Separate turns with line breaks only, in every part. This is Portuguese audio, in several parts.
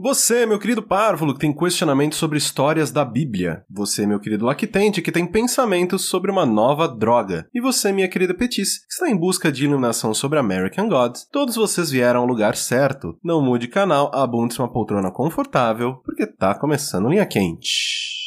Você, meu querido párvulo, que tem questionamentos sobre histórias da Bíblia. Você, meu querido lactente, que tem pensamentos sobre uma nova droga. E você, minha querida Petis, que está em busca de iluminação sobre American Gods. Todos vocês vieram ao lugar certo. Não mude canal, abunde uma poltrona confortável, porque tá começando linha quente.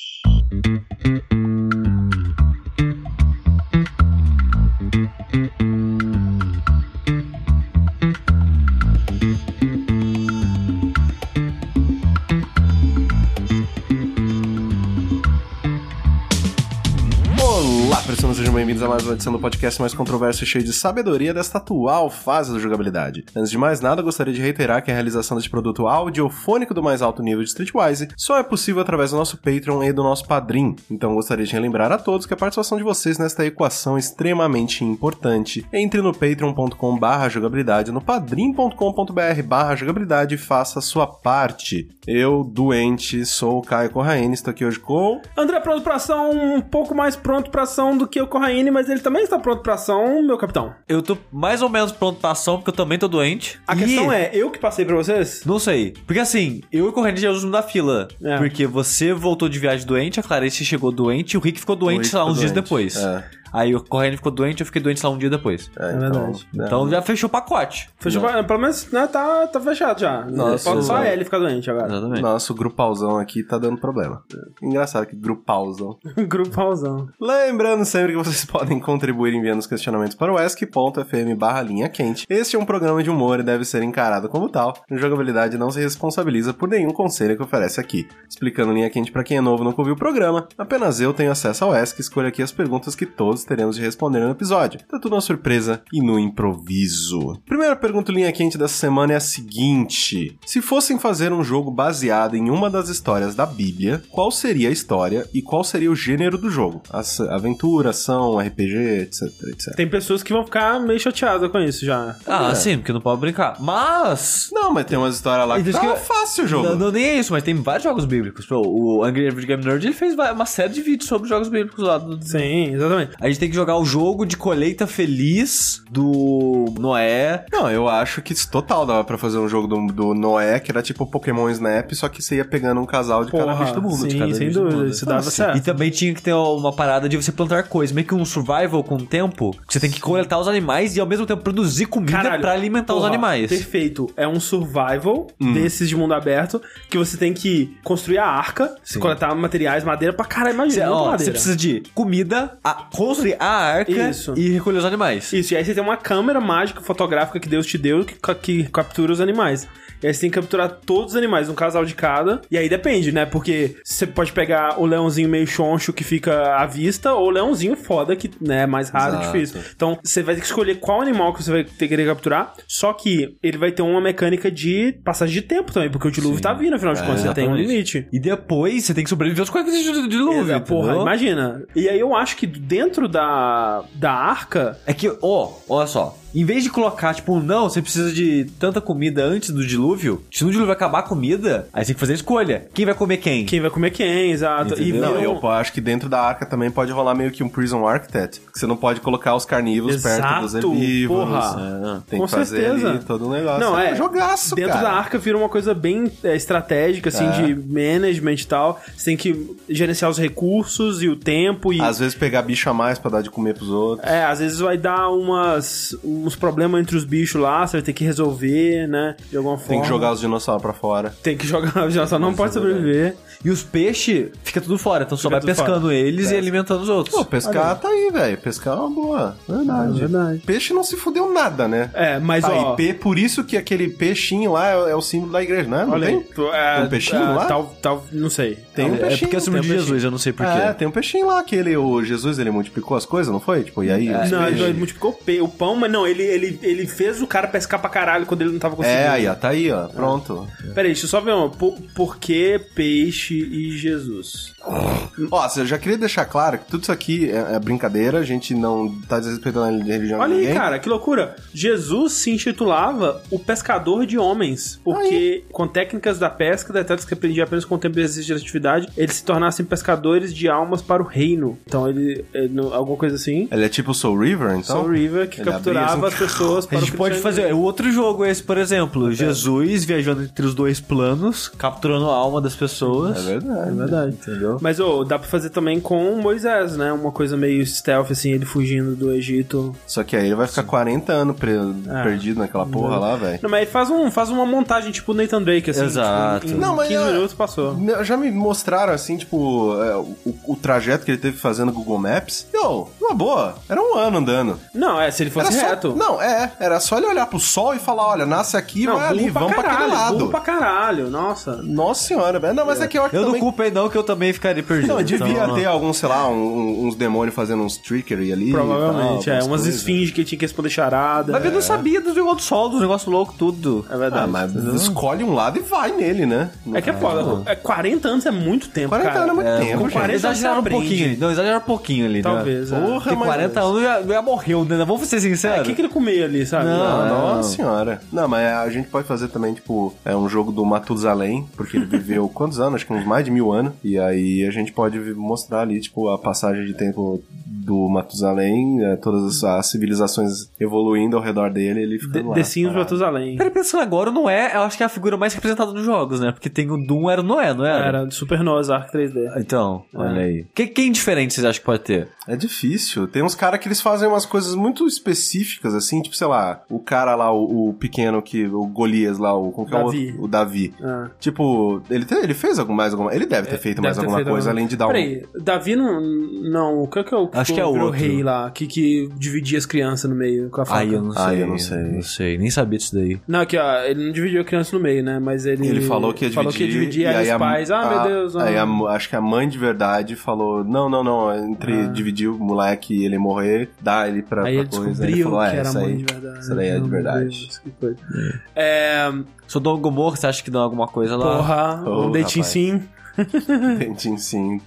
Olá, pessoas, sejam bem-vindos a mais uma edição do podcast mais controverso e cheio de sabedoria desta atual fase da jogabilidade. Antes de mais nada, gostaria de reiterar que a realização deste produto audiofônico do mais alto nível de Streetwise só é possível através do nosso Patreon e do nosso Padrim. Então gostaria de relembrar a todos que a participação de vocês nesta equação é extremamente importante. Entre no patreon.com barra jogabilidade, no padrim.com.br barra jogabilidade e faça a sua parte. Eu, doente, sou o Caio Corraine, estou aqui hoje com...
André pronto pra ação, um pouco mais pronto pra ação do que o Corraine, mas ele também está pronto pra ação, meu capitão.
Eu tô mais ou menos pronto pra ação, porque eu também tô doente.
A
E-
questão é, eu que passei pra vocês?
Não sei. Porque assim, eu e o Corrente já usamos da fila.
É.
Porque você voltou de viagem doente, a Clarice chegou doente, e o Rick ficou doente,
Rick
sei lá,
ficou
uns dias
doente.
depois.
É.
Aí o Corrente ficou doente, eu fiquei doente, sei lá, um dia depois.
É,
verdade.
Então,
Então já fechou o pacote.
Fechou, pra- pelo menos né, tá, tá fechado já.
Nossa,
Pode só
exato.
ele ficar doente agora.
é,
Exatamente.
nosso grupalzão aqui tá dando problema. Engraçado que grupalzão.
Grupo pausão.
Lembrando sempre que vocês podem contribuir enviando os questionamentos para o ESC.fm barra linha quente. Este é um programa de humor e deve ser encarado como tal. O Jogabilidade não se responsabiliza por nenhum conselho que oferece aqui. Explicando linha quente para quem é novo e nunca ouviu o programa, apenas eu tenho acesso ao ESC e escolho aqui as perguntas que todos teremos de responder no episódio. Tá tudo na surpresa e no improviso. Primeira pergunta linha quente dessa semana é a seguinte. Se fossem fazer um jogo baseado em uma das histórias da Bíblia, qual seria a história e qual seria o gênero do jogo? As- Aventura, ação, RPG, etc, etc.
Tem pessoas que vão ficar meio chateadas com isso já.
Ah,
É.
sim, porque não pode brincar. Mas.
Não, mas tem umas histórias lá
E
que
diz
tá
que-
fácil o jogo.
Não, não, nem é isso, mas tem vários jogos bíblicos. Pô, o Angry Video Game Nerd ele fez va- uma série de vídeos sobre jogos bíblicos lá do,
Sim, exatamente.
A gente tem que jogar o jogo de colheita feliz do Noé.
Não, eu acho que isso total dava pra fazer um jogo do, do Noé, que era tipo Pokémon Snap, só que você ia pegando um casal de cada
Porra,
bicho do mundo. de
sim,
cada
sem
bicho do
dúvida,
mundo.
isso dava
Nossa,
certo.
E também tinha que ter uma parada de você plantar coisas, meio que um survival com o tempo, que você tem que coletar os animais e ao mesmo tempo produzir comida
Caralho,
pra alimentar Tá os
porra,
animais.
Perfeito. É um survival desses de mundo aberto que você tem que construir a arca, coletar materiais, madeira pra caralho,
Você,
imagina.
ó,
muita
você
madeira.
precisa de comida, a- construir a arca
Isso.
e recolher os animais.
Isso, e aí você tem uma câmera mágica fotográfica que Deus te deu que, ca- que captura os animais. E aí você tem que capturar todos os animais, um casal de cada. E aí depende, né? Porque você pode pegar o leãozinho meio choncho que fica à vista, ou o leãozinho foda, que né, é mais raro
Exato.
e difícil. Então você vai ter que escolher qual animal que você vai ter que querer capturar. Só que ele vai ter uma mecânica de passagem de tempo também, porque o dilúvio tá vindo, afinal de
É,
contas, você tem um
exatamente.
limite.
E depois você tem que sobreviver aos 40 dias de dilúvio.
Exa- porra,
entendeu?
imagina. E aí eu acho que dentro da, da arca,
É que, ó, olha só. Em vez de colocar, tipo, não, você precisa de tanta comida antes do dilúvio, se no dilúvio acabar a comida, aí você tem que fazer a escolha. Quem vai comer quem?
quem vai comer quem, exato. E um-
Entendeu?
Não,
eu-
eu pô, acho que dentro da arca também pode rolar meio que um Prison Architect. Que você não pode colocar os carnívoros perto dos
Exato,
herbívoros.
porra.
É, tem
Com
que fazer
certeza.
ali todo um negócio.
Não, é.
um jogaço,
Dentro
cara.
da arca vira uma coisa bem é, estratégica, assim,
É.
de management e tal. Você tem que gerenciar os recursos e o tempo e.
Às vezes pegar bicho a mais pra dar de comer pros outros.
É, às vezes vai dar umas, uns problemas entre os bichos lá, você vai ter que resolver, né? De alguma forma.
Tem que jogar é os dinossauros pra fora.
Tem que jogar, já só não pode sobreviver.
E os peixes fica tudo fora, então só
Fica
vai
tudo
pescando eles e alimentando os outros.
Pô, pescar tá aí, velho. Pescar é uma boa. Verdade.
É verdade.
Peixe não se fudeu nada, né?
É, mas
Tá,
ó.
e P, por isso que aquele peixinho lá é, é o símbolo da igreja, né? Não
Olha aí.
tem?
tu- é,
Tem um peixinho
é,
lá?
Tal, tal, não sei.
Tem um
é,
peixinho.
é porque é
tem
sobre
um peixinho.
Jesus, eu não sei porquê.
É, tem um peixinho lá, aquele, o Jesus, ele multiplicou as coisas, não foi? Tipo, e aí... os
É. Não,
peixes-
ele multiplicou o pe- o pão, mas não, ele, ele, ele fez o cara pescar pra caralho quando ele não tava conseguindo.
É, aí, ó, tá aí, ó, pronto.
Peraí, deixa eu só ver uma. Por, por que peixe e Jesus?
Ó, eu já queria deixar claro que tudo isso aqui é, é brincadeira, a gente não tá desrespeitando a religião de
Olha
ninguém.
aí, cara, que loucura. Jesus se intitulava o pescador de homens, porque com técnicas da pesca, detalhes que aprendia apenas com o tempo de exercício de atividade, eles se tornassem pescadores de almas para o reino. Então ele, ele- no- alguma coisa assim.
Ele é tipo o Soul River, então?
Soul River que
é
Ele abria, assim,
capturava leva as pessoas
A
para
gente
o
pode fazer. é Outro jogo esse, por exemplo. Jesus viajando entre os dois planos, capturando a alma das pessoas.
É verdade.
É verdade.
um-
Entendeu?
Mas, ô, dá pra fazer também com Moisés, né? Uma coisa meio stealth, assim, ele fugindo do Egito.
Só que aí ele vai ficar 40 anos pre-
É.
perdido naquela porra lá, velho.
Não, mas aí faz, um, faz uma montagem, tipo Nathan Drake, assim.
Exato.
Tipo, em
Não, mas
15
é-
minutos passou.
Me- Já me mostraram, assim, tipo, é, o, o trajeto que ele teve fazendo Google Maps. Yo, uma boa. Era um ano andando.
Não, é, se ele
Era
fosse
só-
reto.
Não, é. Era só ele olhar pro sol e falar, olha, nasce aqui, vai ali,
burro pra
vamos pra aquele
caralho,
lado.
burro pra caralho, nossa.
Nossa senhora, velho. Não, mas é que eu acho que
Eu não
também...
culpei, não, que eu também ficaria perdido.
Não, devia
Então,
ter algum, sei lá, um- um- uns demônios fazendo uns trickery ali. e tal,
Provavelmente, é.
algumas
Umas
coisas.
esfinges que tinha que responder charada.
Mas eu não sabia dos negócios do sol, dos negócios loucos, tudo.
É verdade.
Ah, mas escolhe um lado e vai nele, né?
É que é foda. É, 40 anos é muito tempo,
40
cara.
anos é muito tempo,
com
gente.
40
Exageraram um
você aprende.
pouquinho ali. Não, exageraram um pouquinho ali. né?
Talvez, é.
Porra,
Porque
mas-
40 anos já, já morreu, né? Vamos ser
É, O
sinceros.
que, que ele comeu ali, sabe? É,
Não,
Ah,
não.
Nossa senhora. Não, mas a gente pode fazer também, tipo, é um jogo do Matusalém, porque ele viveu quantos anos? Acho que uns mais de mil anos. E aí a gente pode vi- mostrar ali, tipo, a passagem de tempo do Matusalém, eh, todas as, as civilizações evoluindo ao redor dele, ele
De-
ficando lá.
The Sims
parado.
Matusalém.
Peraí, pensando agora, o Noé, eu acho que é a figura mais representada nos jogos, né? Porque tem o Doom, era o Noé, não era?
Era Supernova Arc 3D.
Então, olha aí. Que, quem diferente vocês acham que pode ter?
É difícil. Tem uns caras que eles fazem umas coisas muito específicas, assim, tipo, sei lá, o cara lá, o, o pequeno que. O Golias lá, o. Como que é o
Davi.
outro? O Davi.
Ah.
Tipo, ele, te- ele fez algum, mais alguma. Ele deve ter feito mais
É, Deve ter
alguma
feito
coisa,
alguma-
além de dar um.
Peraí, Davi não. Não, o que é que é o.
Acho que é
o
outro.
rei lá, que, que dividia as crianças no meio com a faca.
Aí eu não sei.
Ah, eu não sei.
Não sei, nem sabia disso daí.
Não, aqui, ó, ele não dividiu a criança no meio, né? Mas ele.
Ele falou que ia dividir.
Falou que ia dividir, aí, os
a-
pais. Ah, meu
a-
Deus. ah.
Aí a mo- acho que a mãe de verdade falou: não, não, não, entre dividir o moleque e ele morrer, dá ele pra,
Ah. Aí
pra
ele
coisa.
descobriu
falou:
que
é,
era a
essa
mãe
aí.
de verdade. né,
essa daí é de
Meu
verdade.
Deus, que coisa. É.
Sodom e Gomorra, você acha que dá alguma coisa lá?
Porra,
Ô,
um dating
rapaz.
sim.
Entendi, sim.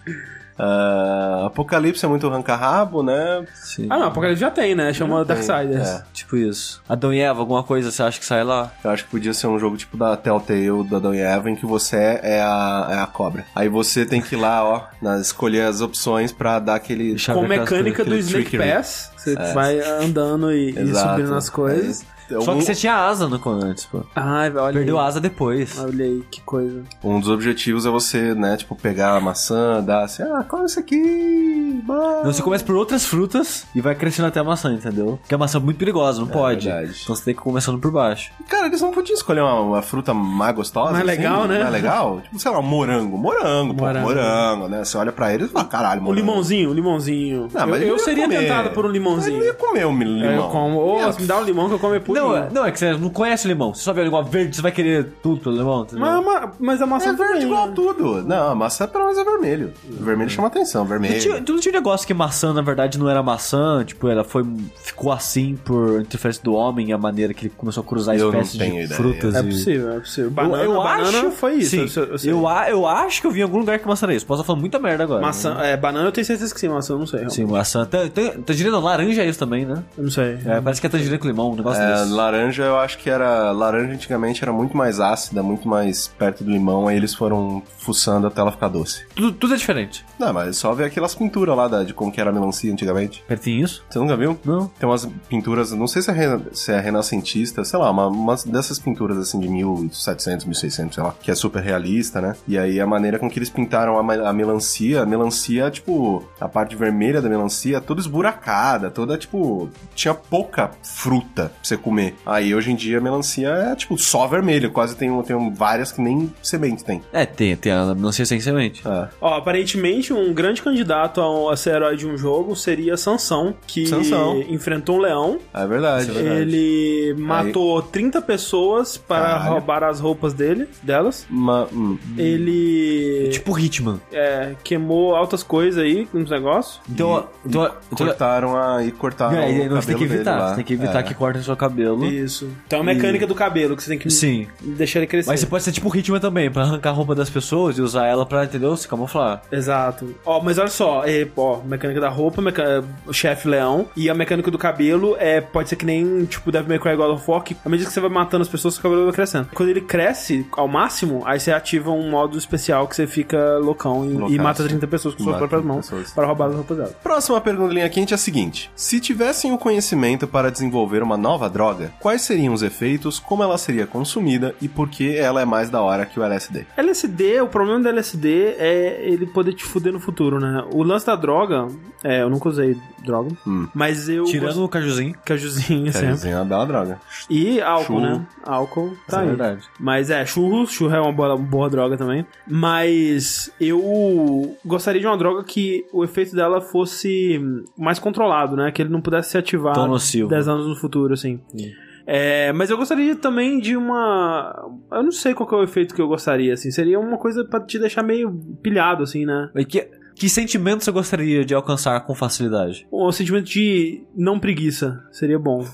Ah, Apocalipse é muito ranca-rabo, né?
Sim.
Ah, não, Apocalipse já tem, né? Chama Darksiders.
É.
Tipo isso. Adão e Eva, alguma coisa você acha que sai lá?
Eu acho que podia ser um jogo tipo da Telltale, da Adão e Eva, em que você é a, é a cobra. Aí você tem que ir lá, ó, na- escolher as opções pra dar aquele.
Deixa
Com
Sabe aquelas
mecânica do
coisas, aquele
Snake
trickery.
Pass, você vai andando e, e
É. Exato.
subindo nas coisas.
É,
Só
um-
que você tinha asa no antes, pô.
Ai, velho, olha
Perdeu
aí.
a asa depois.
Olha aí, que coisa.
Um dos objetivos é você, né, tipo, pegar a maçã, dar assim, ah, come isso aqui, bora.
Não, você começa por outras frutas e vai crescendo até a maçã, entendeu? Porque a maçã é muito perigosa, não pode.
É verdade.
Então você tem que ir começando por baixo.
Cara, eles não podiam escolher uma, uma fruta mais gostosa? assim?
Mais legal, né?
Mais legal? Tipo, sei lá, um morango. Morango, pô,
Morango.
morango, né? Você olha pra eles e fala, caralho,
Um
morango.
limãozinho, um limãozinho.
Não,
eu
mas ele
eu
ia
seria
comer.
tentado por um
Ele
limãozinho. É,
ia comer um limão.
Eu como, ô,
Ia-
me dá um limão que eu como pudim.
Não, é, não, é que você não conhece o limão. Você só vê o limão verde, você vai querer tudo pelo limão, entendeu?
Mas, ma- mas a maçã
É verde
também,
igual
né?
tudo. Não, a maçã pelo menos é vermelho. Vermelho chama atenção,
Não
vermelho.
Hum. tinha, não tinha um negócio que maçã, na verdade, não era maçã, tipo, ela foi. ficou assim por interferência do homem, a maneira que ele começou a cruzar
Eu não
espécies de
tenho ideia.
frutas
É
e-
possível, é possível. Banana, banana foi isso.
Sim,
eu sei- eu sei.
eu, a- eu acho que eu vi em algum lugar que maçã era isso. Posso estar falando muita merda agora. né?
Maçã, é, banana eu tenho certeza que sim, maçã eu não sei.
Sim, maçã. Tan- tan- Tangerina, não, laranja é isso também, né?
Eu não sei.
É, parece que é tangerina com limão, um negócio
É,
desse.
laranja, eu acho que era. Laranja antigamente era muito mais ácida, muito mais perto do limão, aí eles foram fuçando até ela ficar doce.
Tudo, tudo é diferente.
Não, mas só ver aquelas pinturas lá da- de como que era a melancia antigamente.
Pertinho isso?
Você nunca viu?
Não.
Tem umas pinturas, não sei se é, rena- se é renascentista, sei lá, uma, umas dessas pinturas assim de 1700, 1600, sei lá, que é super realista, né? E aí a maneira com que eles pintaram a, ma- a melancia, a melancia, tipo, a parte vermelha da melancia, toda esburacada, toda, tipo, tinha pouca fruta pra você comer. Aí hoje em dia a melancia é, tipo, só vermelho, quase tem, um- tem um- várias que nem semente tem.
É, tem, tem a melancia sem semente.
É.
Ó, aparentemente um grande candidato a, a ser herói de um jogo seria Sansão, que
Sansão.
enfrentou um leão.
É verdade, é verdade.
Ele matou 30 pessoas para
Caralho.
roubar as roupas dele, delas.
Ma- hum.
Ele
Tipo Hitman.
é, queimou altas coisas aí nos negócios.
Então,
E-
então,
e
então-
cortaram a e cortaram o
É, não, você tem
cabelo
que
dele
evitar.
lá.
Você tem que evitar
É.
que cortem seu cabelo.
Isso. Então é a mecânica do cabelo que você tem que
Uhum. Sim.
deixar ele crescer.
Mas você pode ser tipo Hitman também, pra arrancar a roupa das pessoas e usar ela pra, entendeu? Se camuflar.
Exato. Ó, mas olha só, é, ó, mecânica da roupa, meca- chefe leão, e a mecânica do cabelo é, pode ser que nem, tipo, Devil May Cry God of War, que à medida que você vai matando as pessoas, seu cabelo vai crescendo. Quando ele cresce ao máximo, aí você ativa um modo especial que você fica loucão e,
Loucaço.
e mata 30 pessoas com suas
Mata
próprias
30
mãos
pessoas.
para roubar as roupas dela.
Próxima pergunta do linha quente é a seguinte: se tivessem o conhecimento para desenvolver uma nova droga, quais seriam os efeitos, como ela seria consumida e por que ela é mais da hora que o
É
LSD?
LSD, o problema do LSD é ele poder te fuder no futuro, né? O lance da droga, é, eu nunca usei droga,
Hum.
mas eu. Tá
Tirando o cajuzinho.
Cajuzinho, sempre.
Quer é uma bela droga.
E álcool,
Churro.
né? Álcool tá
Isso
aí.
é verdade.
Mas é, churros, churro é uma boa, boa droga também. Mas eu gostaria de uma droga que o efeito dela fosse mais controlado, né? Que ele não pudesse se ativar
Tão nocivo.
10 anos no futuro, assim.
Sim.
É, mas eu gostaria também de uma. Eu não sei qual que é o efeito que eu gostaria, assim. Seria uma coisa pra te deixar meio pilhado, assim, né?
E que, que sentimento você gostaria de alcançar com facilidade?
Um sentimento de não preguiça. Seria bom,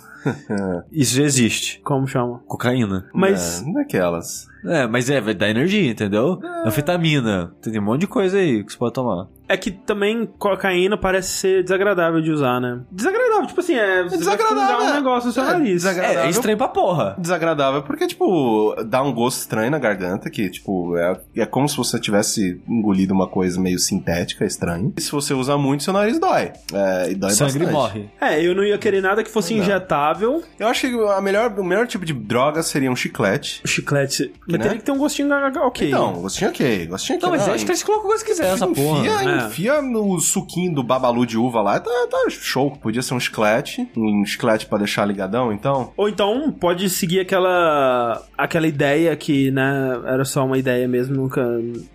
Isso já existe.
como chama.
Cocaína.
Mas.
É, daquelas.
É, mas é, vai dar energia, entendeu? Anfetamina. Tem um monte de coisa aí que você pode tomar.
É que também cocaína parece ser desagradável de usar, né? Desagradável, tipo assim, é. Você
desagradável,
Vai fundar
é.
um negócio no seu
É,
nariz.
desagra-
É,
Agradável.
é estranho pra porra.
Desagradável, porque, tipo, dá um gosto estranho na garganta, que, tipo, é, é como se você tivesse engolido uma coisa meio sintética, estranho. E se você usar muito, seu nariz dói. É, e dói
Sangue
bastante.
morre.
É, eu não ia querer nada que fosse injetável.
Eu acho que a melhor, o melhor tipo de droga seria um chiclete.
O chiclete. Mas
Né?
teria que ter um gostinho ok.
Então, gostinho ok, gostinho ok.
Não, mas
não,
é estranho você coloca o que você quiser essa
enfia,
porra.
né?
enfia no suquinho do babalu de uva lá, tá, tá show. Podia ser um chiclete, um chiclete pra deixar ligadão, então.
Ou então pode seguir aquela aquela ideia que, né, era só uma ideia mesmo, nunca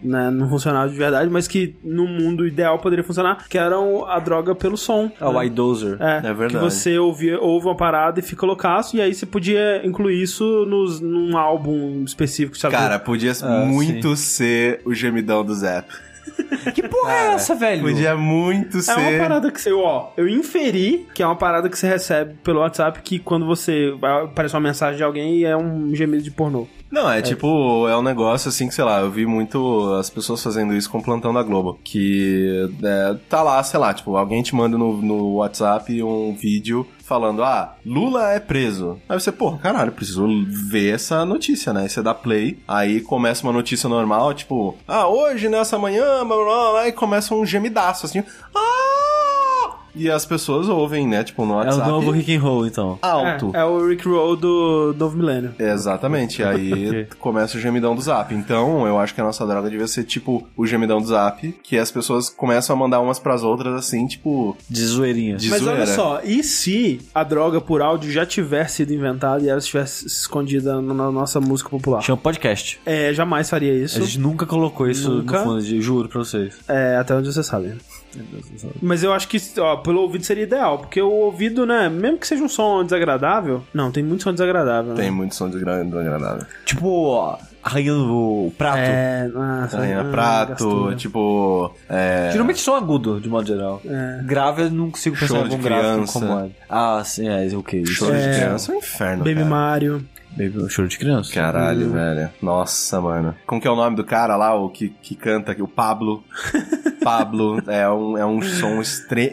né, não funcionava de verdade, mas que no mundo ideal poderia funcionar, que era o- a droga pelo som.
É o
né?
White Dozer.
É,
É verdade.
Que você ouvia, ouve uma parada e fica loucaço, e aí você podia incluir isso nos, num álbum específico, sabe?
Cara, podia
Ah,
muito ser o gemidão do Zé.
Que porra é essa, velho?
Podia muito
É uma
ser.
parada que você, eu, ó, eu inferi que é uma parada que você recebe pelo WhatsApp que quando você vai- aparece uma mensagem de alguém e é um gemido de pornô.
Não, é, tipo, é um negócio assim que, sei lá, eu vi muito as pessoas fazendo isso com o plantão da Globo. Que é, tá lá, sei lá, tipo, alguém te manda no, no WhatsApp um vídeo falando, ah, Lula é preso. Aí você, porra, caralho, preciso ver essa notícia, né? Aí você dá play, aí começa uma notícia normal, tipo, ah, hoje, nessa manhã, blá blá blá, blá", e começa um gemidaço, assim, ah! E as pessoas ouvem, né, tipo, no
É o
WhatsApp.
novo Rick and Roll, então.
Alto.
É, é o Rick Roll do Novo Milênio.
Exatamente, aí começa o gemidão do zap. Então, eu acho que a nossa droga devia ser tipo o gemidão do zap, que as pessoas começam a mandar umas pras outras assim, tipo,
De zoeirinha.
de
Mas
zoeira.
olha só, e se a droga por áudio já tivesse sido inventada e ela estivesse escondida na- na nossa música popular?
Chama podcast.
É, jamais faria
A
isso.
gente nunca colocou isso
Nunca.
no fundo, de, juro pra vocês.
É, até onde você sabe. Mas eu acho que, ó, pelo ouvido seria ideal, porque o ouvido, né, mesmo que seja um som desagradável. Não, tem muito som desagradável, né?
Tem muito som desagradável.
Tipo, ó, arranhando o prato.
É, nossa,
Arranha
ah,
prato,
gastura.
tipo. É,
Geralmente só agudo, de modo geral.
É.
Grave eu não consigo pensar
Choro
em algum
de
grave que
criança.
incomode. Ah, sim, é, ok. Isso
choro
É.
de criança é um inferno.
Baby
cara.
Mario.
Baby, choro de criança.
Caralho, velho. Nossa, mano. Como que é o nome do cara lá, o que, que canta aqui? O Pablo. Pablo é um, é um som estre-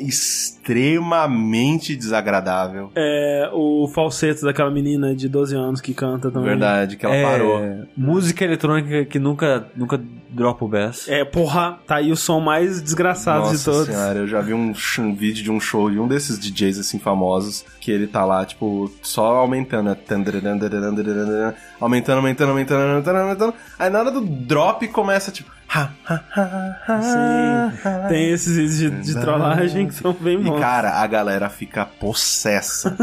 extremamente desagradável.
É, o falseto daquela menina de 12 anos que canta também.
Verdade, que ela
É,
parou.
Música eletrônica que nunca, nunca dropa o bass.
É, porra, tá aí o som mais desgraçado
Nossa
de todos.
senhora, eu já vi um, sh- um vídeo de um show de um desses DJs assim famosos que ele tá lá, tipo, só aumentando, né? Tandaran, tandaran, tandaran, aumentando, aumentando, aumentando, aumentando, aumentando. Aí na hora do drop começa tipo. ha, ha, ha, ha,
Sim.
Ah,
ha.
Tem esses vídeos de, de trollagem que são bem
E
bons.
cara, a galera fica possessa.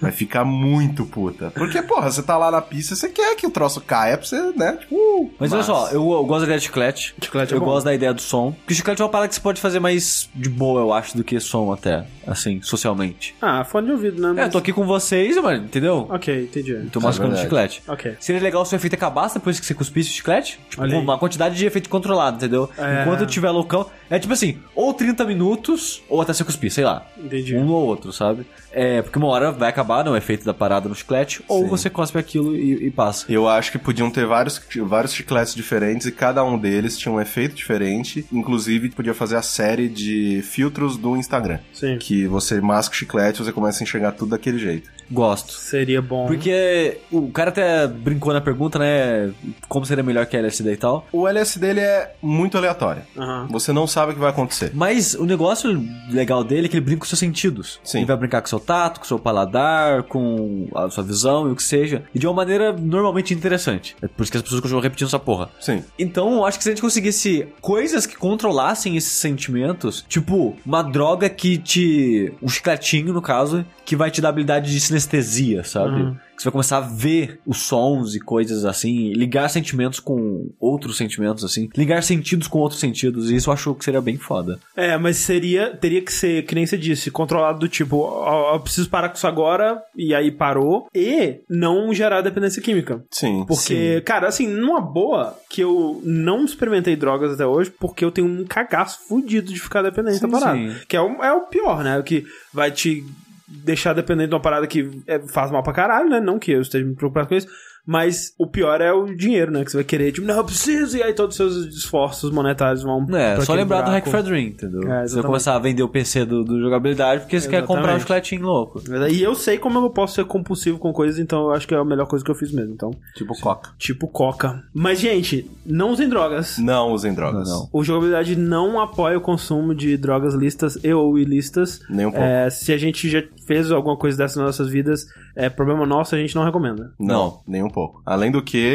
Vai ficar muito puta. Porque, porra, você tá lá na pista, você quer que o troço caia pra você, né? Tipo, uh,
Mas, olha só, eu, eu gosto da ideia de chiclete.
Chiclete é
eu
bom.
gosto da ideia do som. Porque o chiclete é uma parada que você pode fazer mais de boa, eu acho, do que som até. Assim, socialmente.
Ah, fone de ouvido, né?
É, eu tô aqui com vocês, mano, entendeu?
Ok, entendi.
Isso
Tô
é
mascando
verdade.
chiclete.
Ok.
Seria legal se o efeito acabasse depois que você cuspisse o chiclete? Tipo,
Olha aí.
uma quantidade de efeito controlado, entendeu?
É.
Enquanto eu tiver loucão. É tipo assim, ou 30 minutos, ou até se eu cuspir, sei lá.
Entendi.
Um ou outro, sabe? É, porque uma hora vai acabar, não, o efeito da parada no chiclete, ou
Sim.
você cospe aquilo e, e passa.
Eu acho que podiam ter vários, vários chicletes diferentes e cada um deles tinha um efeito diferente. Inclusive, podia fazer a série de filtros do Instagram.
Sim.
Que você masca o chiclete e você começa a enxergar tudo daquele jeito.
Gosto.
Seria bom.
Porque o cara até brincou na pergunta, né? Como seria melhor que LSD e tal.
O LS dele é muito aleatório.
Aham.
Você não sabe o que vai acontecer.
Mas o negócio legal dele é que ele brinca com seus sentidos.
Sim.
Ele vai brincar com seu tato, com seu paladar, com a sua visão e o que seja. E de uma maneira normalmente interessante. É por isso que as pessoas continuam repetindo essa porra.
Sim.
Então, eu acho que se a gente conseguisse coisas que controlassem esses sentimentos, tipo, uma droga que te. um chicletinho, no caso, que vai te dar habilidade de sinestesia, sabe?
Uhum.
Que você vai começar a ver os sons e coisas assim, ligar sentimentos com outros sentimentos, assim, ligar sentidos com outros sentidos, e isso eu acho que seria bem foda.
É, mas seria, teria que ser, que nem você disse, controlado do tipo, ó, ó, eu preciso parar com isso agora, e aí parou, e não gerar dependência química.
Sim.
Porque,
Sim.
cara, assim, numa boa, que eu não experimentei drogas até hoje, porque eu tenho um cagaço fudido de ficar dependente
Sim,
da parada.
sim.
Que é o, é o pior, né? O que vai te deixar dependente de uma parada que é- faz mal pra caralho, né? Não que eu esteja me preocupado com isso. Mas o pior é o dinheiro, né? Que você vai querer, tipo, não, eu preciso, e aí todos os seus esforços monetários vão.
É,
pra
só
aquele
lembrar do Hack
buraco.
for Dream,
É,
entendeu?
exatamente.
você vai começar a vender o PC do, do jogabilidade porque você quer comprar um
Exatamente.
chicletinho louco.
E eu sei como eu posso ser compulsivo com coisas, então eu acho que é a melhor coisa que eu fiz mesmo. Então,
Tipo coca.
tipo coca. Mas, gente, não usem drogas.
Não usem drogas.
Não, não.
O jogabilidade não apoia o consumo de drogas listas e ou ilícitas.
Nem um pouco.
É, se a gente já fez alguma coisa dessa nas nossas vidas, é problema nosso, a gente não recomenda.
Não, nem um pouco. Além do que,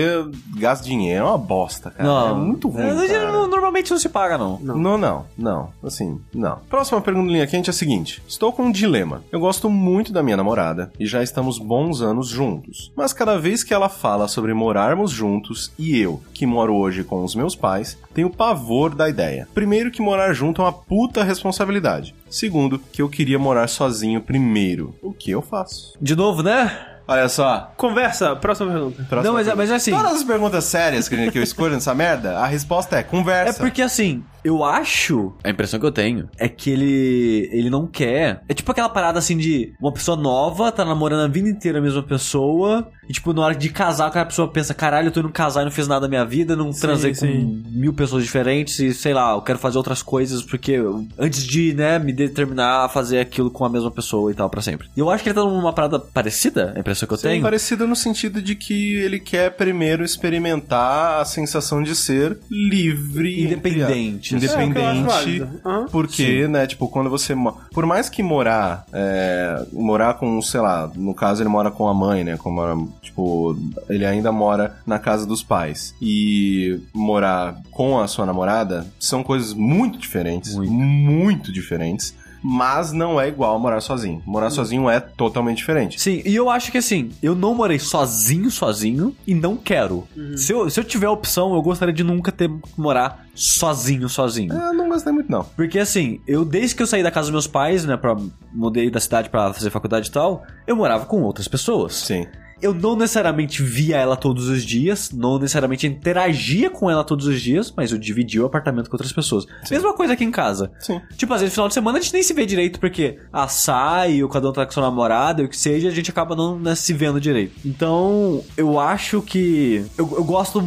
gasto de dinheiro é uma bosta, cara. É muito ruim.
É,
cara.
Normalmente não se paga, não.
Não.
Não, não, não. Assim, não. Próxima pergunta do linha quente é a seguinte: Estou com um dilema. Eu gosto muito da minha namorada e já estamos bons anos juntos. Mas cada vez que ela fala sobre morarmos juntos e eu, que moro hoje com os meus pais, tenho pavor da ideia. Primeiro, que morar junto é uma puta responsabilidade. Segundo, que eu queria morar sozinho primeiro. O que eu faço?
De novo, né?
Olha só.
Conversa, próxima pergunta.
próxima
não, mas, é-
pergunta.
mas é assim.
Todas as perguntas sérias que que eu escolho nessa merda, a resposta é
É
conversa.
porque assim, eu acho. A impressão que eu tenho é que ele. ele não quer. É tipo aquela parada assim de uma pessoa nova, tá namorando a vida inteira a mesma pessoa. E tipo, na hora de casar, a pessoa pensa, caralho, eu tô indo casar e não fiz nada da minha vida, não
Sim,
transei
sim.
com mil pessoas diferentes e sei lá, eu quero fazer outras coisas, porque eu- antes de, né, me determinar a fazer aquilo com a mesma pessoa e tal, pra sempre. E eu acho que ele tá numa parada parecida, a impressão que eu
Sim,
tenho.
Parecido no sentido de que ele quer primeiro experimentar a sensação de ser livre.
Independente. assim.
entre a-
É, o que eu acho
Independente.
válido. Aham.
porque, né, tipo, quando você. mo- Por mais que morar. é, morar com, sei lá, no caso ele mora com a mãe, né? Como, a- tipo, ele ainda mora na casa dos pais. E morar com a sua namorada são coisas muito diferentes.
Muito.
muito diferentes. Mas não é igual morar sozinho. Morar sozinho é totalmente diferente.
Sim, e eu acho que assim, eu não morei sozinho, sozinho, e não quero. Se, eu, se eu tiver a opção, eu gostaria de nunca ter que morar sozinho, sozinho.
Eu não gostei muito, não.
Porque assim, eu desde que eu saí da casa dos meus pais, né, pra mudei da cidade pra fazer faculdade e tal, eu morava com outras pessoas.
Sim.
Eu não necessariamente via ela todos os dias, não necessariamente interagia com ela todos os dias, mas eu dividia o apartamento com outras pessoas. Mesma coisa aqui em casa.
Sim.
Tipo, às vezes no final de semana a gente nem se vê direito porque ah, sai, ou cada um tá com seu namorado, ou o que seja, a gente acaba não né, se vendo direito. Então, eu acho que. Eu, eu gosto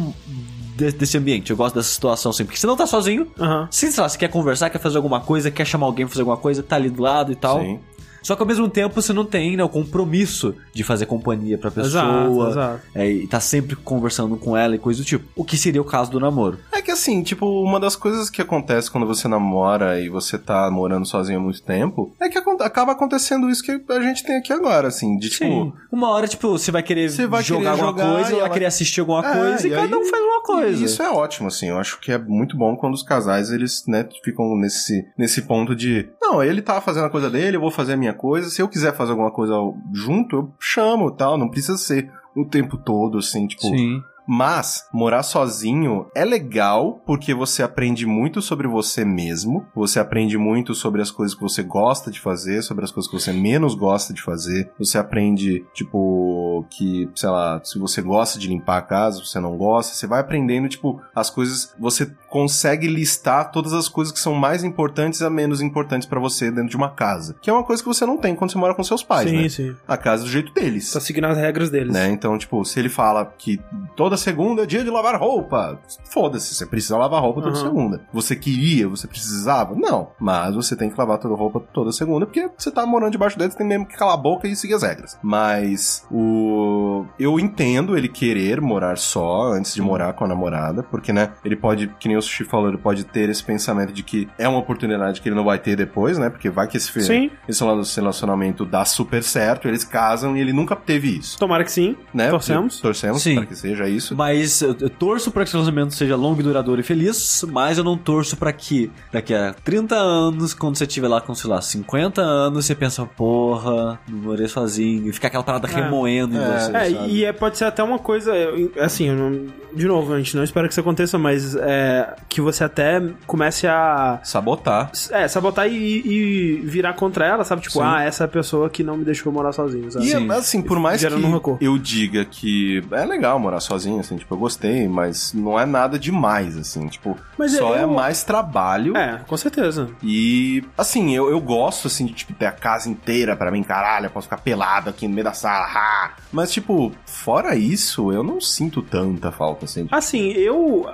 de- desse ambiente, eu gosto dessa situação assim, porque você não tá sozinho.
Aham.
Sim, sei lá, você quer conversar, quer fazer alguma coisa, quer chamar alguém pra fazer alguma coisa, tá ali do lado e tal.
Sim.
Só que ao mesmo tempo você não tem né, o compromisso de fazer companhia pra pessoa.
Exato, exato.
é, e tá sempre conversando com ela e coisa do tipo. O que seria o caso do namoro.
É que assim, tipo, uma das coisas que acontece quando você namora e você tá morando sozinho há muito tempo é que acon- acaba acontecendo isso que a gente tem aqui agora, assim, de tipo.
Uma hora, tipo, você vai querer
Você vai
jogar
querer
alguma
jogar
coisa,
e
ela vai
ela-
querer assistir alguma
É,
coisa, e,
e
cada
aí-
um faz uma coisa.
E isso é ótimo, assim. Eu acho que é muito bom quando os casais, eles, né, ficam nesse, nesse ponto de. Não, ele tá fazendo a coisa dele, eu vou fazer a minha coisa. Se eu quiser fazer alguma coisa junto, eu chamo e tal. Não precisa ser o tempo todo, assim, tipo.
Sim.
Mas morar sozinho é legal porque você aprende muito sobre você mesmo, você aprende muito sobre as coisas que você gosta de fazer, sobre as coisas que você menos gosta de fazer. Você aprende, tipo, que, sei lá, se você gosta de limpar a casa, se você não gosta, você vai aprendendo, tipo, as coisas, você consegue listar todas as coisas que são mais importantes a menos importantes pra você dentro de uma casa, que é uma coisa que você não tem quando você mora com seus pais,
sim,
né?
sim.
A casa é do jeito deles.
Tá seguindo as regras deles.
Né? Então, tipo, se ele fala que toda segunda é dia de lavar roupa, foda-se, você precisa lavar roupa toda
Uhum.
segunda. Você queria, você precisava? Não. Mas você tem que lavar toda roupa toda segunda, porque você tá morando debaixo dele, você tem mesmo que calar a boca e seguir as regras. Mas o. Eu entendo ele querer morar só antes
Uhum.
de morar com a namorada, porque, né, ele pode, que nem o Sushi falou, ele pode ter esse pensamento de que é uma oportunidade que ele não vai ter depois, né? Porque vai que esse, fi-
Sim,
esse relacionamento dá super certo, eles casam e ele nunca teve isso
tomara que sim.
né?
Torcemos.
Torcemos
Sim.
para que seja isso.
Mas eu, eu torço pra que esse relacionamento seja longo, duradouro e feliz, mas eu não torço pra que daqui a 30 anos, quando você tiver lá com, sei lá, 50 anos, você pensa, porra, não morei sozinho, e fica aquela parada
É.
remoendo
É.
em você.
É,
sabe?
e é- pode ser até uma coisa, eu- assim, eu não- de novo, a gente não espera que isso aconteça, mas é, que você até comece a
Sabotar.
é, sabotar e, e virar contra ela, sabe? Tipo,
Sim.
ah, essa é a pessoa que não me deixou morar sozinho, sabe?
E
Sim.
assim, por mais que
Gerando um rancor.
eu diga que é legal morar sozinho, assim, tipo, eu gostei, mas não é nada demais, assim, tipo,
Mas
só
eu-
é mais trabalho.
É, com certeza.
E, assim, eu, eu gosto, assim, de, tipo, ter a casa inteira pra mim, caralho, eu posso ficar pelado aqui no meio da sala, ha! Mas, tipo, fora isso, eu não sinto tanta falta, assim. tipo,
Assim, eu.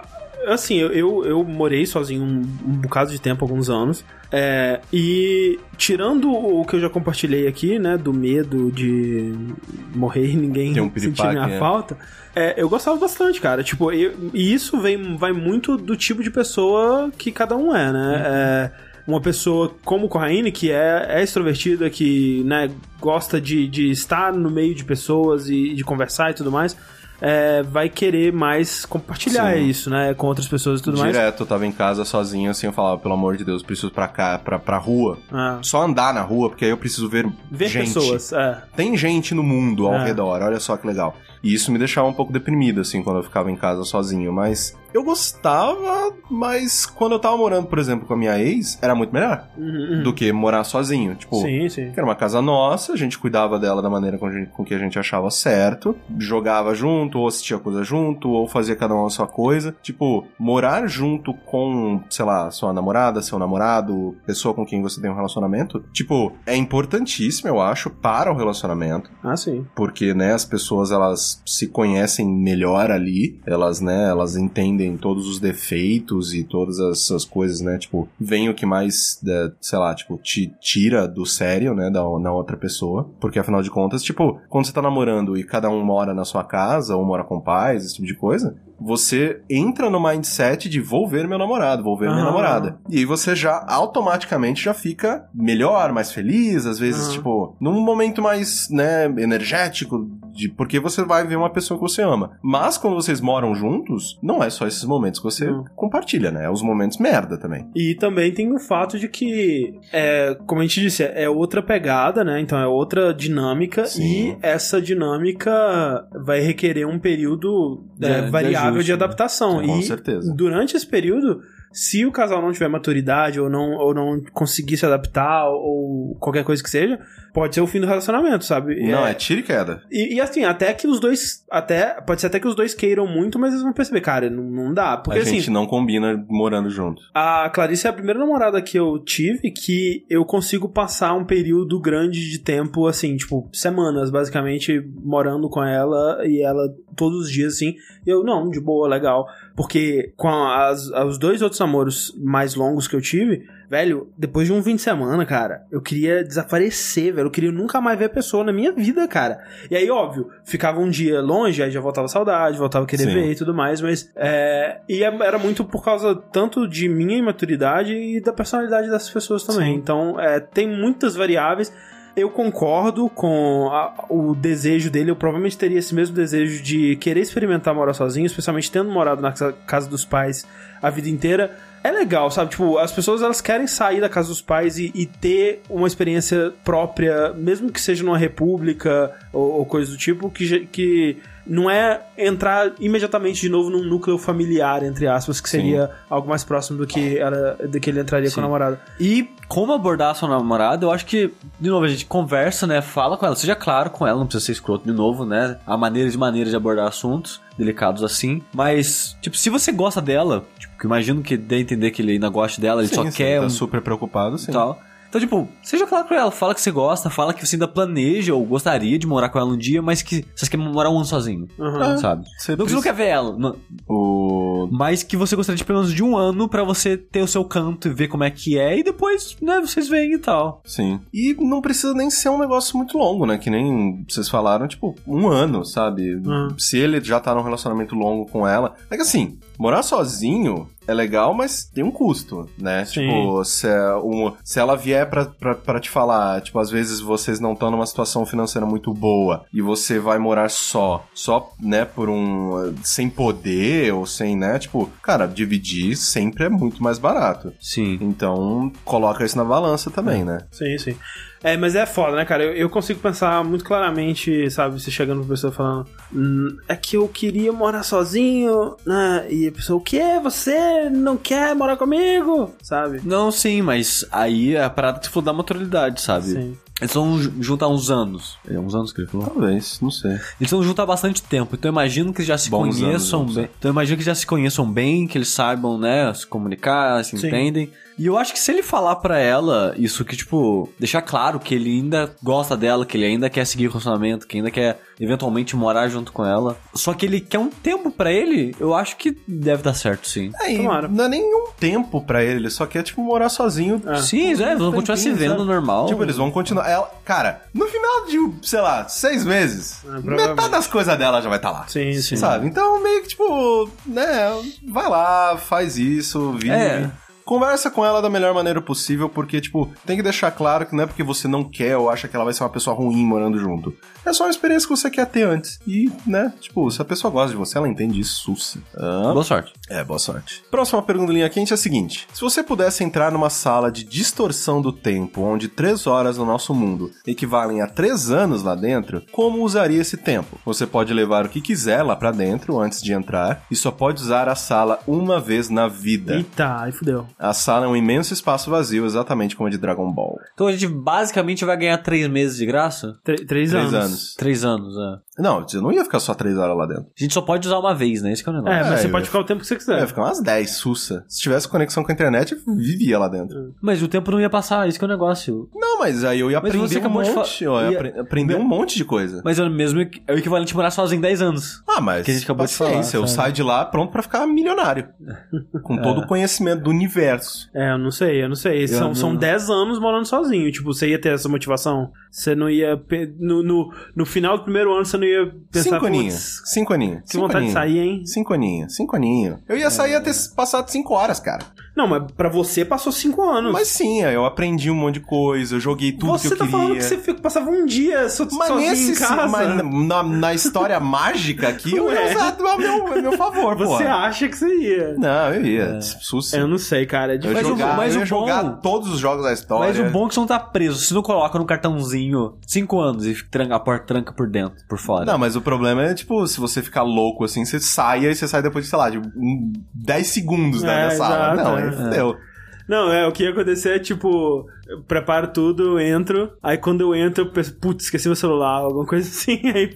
Assim, eu, eu, eu morei sozinho um, um bocado de tempo, alguns anos. É, e tirando o que eu já compartilhei aqui, né? Do medo de morrer e ninguém
Tem um
sentir
piripaque,
minha
é.
falta. é, eu gostava bastante, cara. Tipo, eu- e isso vem, vai muito do tipo de pessoa que cada um é, né? É, uma pessoa como o Corraine, que é, é extrovertida, que né, gosta de, de estar no meio de pessoas e de conversar e tudo mais, é, vai querer mais compartilhar
Sim.
isso, né? Com outras pessoas e tudo mais.
Direto, eu tava em casa sozinho, assim, eu falava, pelo amor de Deus, preciso pra cá, pra, pra rua.
Ah,
Só andar na rua, porque aí eu preciso ver,
ver
gente.
pessoas. É.
tem gente no mundo ao
É.
redor, olha só que legal. E isso me deixava um pouco deprimido, assim, quando eu ficava em casa sozinho, mas eu gostava, mas quando eu tava morando, por exemplo, com a minha ex, era muito melhor
Uhum, uhum.
do que morar sozinho. Tipo,
Sim, sim.
que era uma casa nossa, a gente cuidava dela da maneira com, a gente- com que a gente achava certo, jogava junto, ou assistia coisa junto, ou fazia cada uma a sua coisa. Tipo, morar junto com, sei lá, sua namorada, seu namorado, pessoa com quem você tem um relacionamento, tipo, é importantíssimo, eu acho, para o relacionamento
Ah, sim.
porque né as pessoas elas se conhecem melhor ali elas né elas entendem todos os defeitos e todas essas coisas né tipo vem o que mais né, sei lá tipo te tira do sério né da na outra pessoa porque afinal de contas tipo quando você tá namorando e cada um mora na sua casa ou mora com pais esse tipo de coisa você entra no mindset de vou ver meu namorado, vou ver minha
Aham.
namorada. E aí você já automaticamente já fica melhor, mais feliz, às vezes,
Aham.
tipo, num momento mais, né, energético, de porque você vai ver uma pessoa que você ama. Mas quando vocês moram juntos, não é só esses momentos que você
Não.
compartilha, né? É os momentos merda também.
E também tem o fato de que, é, como a gente disse, é outra pegada, né? Então é outra dinâmica
Sim.
e essa dinâmica vai requerer um período
De-
é,
de
variável de,
ajuste, né?
adaptação.
Com
e
certeza.
durante esse período, se o casal não tiver maturidade ou não, ou não conseguir se adaptar ou qualquer coisa que seja, pode ser o fim do relacionamento, sabe?
Não,
É,
é tiro e queda.
E, e assim, até que os dois. Até, pode ser até que os dois queiram muito, mas eles vão perceber, cara, não, não dá. Porque
a
assim.
gente não combina morando junto.
A Clarice é a primeira namorada que eu tive que eu consigo passar um período grande de tempo, assim, tipo, semanas, basicamente, morando com ela e ela todos os dias, assim. Eu, não, de boa, legal. Porque com as, os dois outros namoros mais longos que eu tive, velho, depois de um fim de semana, cara, eu queria desaparecer, velho. Eu queria nunca mais ver a pessoa na minha vida, cara. E aí, óbvio, ficava um dia longe, aí já voltava saudade, voltava a querer
Sim.
ver e tudo mais, mas. É, e é- era muito por causa tanto de minha imaturidade e da personalidade dessas pessoas também.
Sim.
Então, é, tem muitas variáveis. Eu concordo com a- o desejo dele. Eu provavelmente teria esse mesmo desejo de querer experimentar morar sozinho, especialmente tendo morado na casa, casa dos pais a vida inteira. É legal, sabe? Tipo, as pessoas elas querem sair da casa dos pais e, e ter uma experiência própria, mesmo que seja numa república ou, ou coisa do tipo, que, ge- que não é entrar imediatamente de novo num núcleo familiar, entre aspas, que seria algo mais próximo do que, era, do que ele entraria com a
Sim.
namorada.
E como abordar a sua namorada, eu acho que, de novo, a gente conversa, né? Fala com ela, seja claro com ela, não precisa ser escroto de novo, né? Há maneiras e maneiras de abordar assuntos delicados assim. Mas, tipo, se você gosta dela, tipo, que eu imagino que dê a entender que ele ainda gosta dela, ele
Sim,
só
sim,
quer
tá
um
super preocupado, sim.
e tal. Então, tipo, seja claro com ela, fala que você gosta, fala que você ainda planeja ou gostaria de morar com ela um dia, mas que você quer morar um ano sozinho,
É.
Aham.
sabe?
Você
Não que você
precisa-
não quer ver ela, não-
O
mas que você gostaria de pelo menos de um ano pra você ter o seu canto e ver como é que é, e depois, né, vocês veem e tal.
Sim. E não precisa nem ser um negócio muito longo, né? Que nem vocês falaram, tipo, um ano, sabe?
Uhum.
Se ele já tá num relacionamento longo com ela. É que assim, morar sozinho é legal, mas tem um custo, né?
Sim.
Tipo, se, é um- se ela vier pra, pra, pra te falar, tipo, às vezes vocês não estão numa situação financeira muito boa e você vai morar só, só, né, por um. sem poder ou sem, né? Tipo, cara, dividir sempre é muito mais barato.
Sim.
Então, coloca isso na balança também, né?
Sim, sim. É, mas é foda, né, cara? Eu, eu consigo pensar muito claramente, sabe, você chegando pra pessoa falando. "Hum, é que eu queria morar sozinho, né? E a pessoa, o quê? Você não quer morar comigo? Sabe?
Não, sim, mas aí é a parada que você falou da maturidade, sabe?
Sim.
Eles vão ju- juntar uns anos. É uns anos que ele falou?
Talvez, não sei.
Eles vão juntar bastante tempo, então eu imagino que eles já se
Bons
conheçam
anos,
bem. Então eu imagino que eles já se conheçam bem, que eles saibam, né, se comunicar, se
Sim.
entendem. E eu acho que se ele falar pra ela isso que, tipo, deixar claro que ele ainda gosta dela, que ele ainda quer seguir o relacionamento, que ainda quer eventualmente morar junto com ela. Só que ele quer um tempo pra ele, eu acho que deve dar certo, sim.
É, e
Tomara.
não é nenhum tempo pra ele, ele só quer, tipo, morar sozinho.
É.
Sim, é, vão
um
continuar se
tempinho,
vendo
sabe?
normal.
Tipo, eles vão continuar. Ela, cara, no final de, sei lá, seis meses,
É, provavelmente.
metade das coisas dela já vai estar lá.
Sim, sim.
Sabe? Então, meio que, tipo, né, vai lá, faz isso, vive.
É.
Conversa com ela da melhor maneira possível, porque, tipo, tem que deixar claro que não é porque você não quer ou acha que ela vai ser uma pessoa ruim morando junto. É só uma experiência que você quer ter antes. E, né, tipo, se a pessoa gosta de você, ela entende isso, sussa. Ah,
Boa sorte.
é, boa sorte. Próxima pergunta do linha quente é a seguinte: se você pudesse entrar numa sala de distorção do tempo, onde três horas no nosso mundo equivalem a três anos lá dentro, como usaria esse tempo? Você pode levar o que quiser lá pra dentro antes de entrar e só pode usar a sala uma vez na vida.
Eita, aí fudeu.
A sala é um imenso espaço vazio, exatamente como a de Dragon Ball.
Então a gente basicamente vai ganhar três meses de graça?
Tre- três,
Três
anos.
anos.
Três anos, é.
Não, eu não ia ficar só três horas lá dentro.
A gente só pode usar uma vez, né? Esse que é o negócio.
É, mas
É,
você
eu-
pode ficar o tempo que você
Eu
É.
quiser.
ia ficar umas 10, sussa. Se tivesse conexão com a internet, eu vivia lá dentro.
Mas o tempo não ia passar, esse que é o negócio.
Não, mas aí eu ia
Mas
aprender
você
um
acabou de
monte,
fa-
ó, eu ia
ia-
apre- aprender um monte de coisa.
Mas é o mesmo é o equivalente a morar sozinho 10 anos.
Ah, mas
Que a gente acabou de falar,
paciência, eu
sabe?
saio de lá pronto pra ficar milionário. Com todo o conhecimento do universo.
É, eu não sei, eu não sei. são,
não-
são 10 anos morando sozinho. Tipo, você ia ter essa motivação? Você não ia. pe- No, no, no final do primeiro ano, você não ia pensar
cinco aninhos.
"Putz,
Cinco aninhos.
Que vontade de sair, É. hein?
Cinco aninhos. Cinco aninhos. Eu ia sair até passado cinco horas, cara.
Não, mas pra você passou cinco anos.
Mas sim, aí eu aprendi um monte de coisa, eu joguei tudo
você
que eu
tá
queria.
falando que você fica- passava um dia so,
Mas
sozinho
nesse
em casa.
mas na, na história mágica aqui, eu ia
Ué.
usar a meu, a meu favor, pô.
você acha que você ia.
Não, eu ia. Sussa.
Eu não sei, cara. É
Eu ia
Mas o-
difícil.
jogar,
mas
eu ia
o
jogar
bom-
todos os jogos da história.
Mas o bom é que você não tá preso. Se não coloca no cartãozinho 5 anos e tranca a porta tranca por dentro, por fora.
Não, mas o problema é, tipo, se você ficar louco assim, você sai e você sai depois de, sei lá, de um- 10 segundos né,
É,
da sala.
exato,
Não,
é.
aí fudeu.
Não, é, o que ia acontecer é tipo, eu preparo tudo, eu entro, aí quando eu entro, eu penso, putz, esqueci meu celular, alguma coisa assim, aí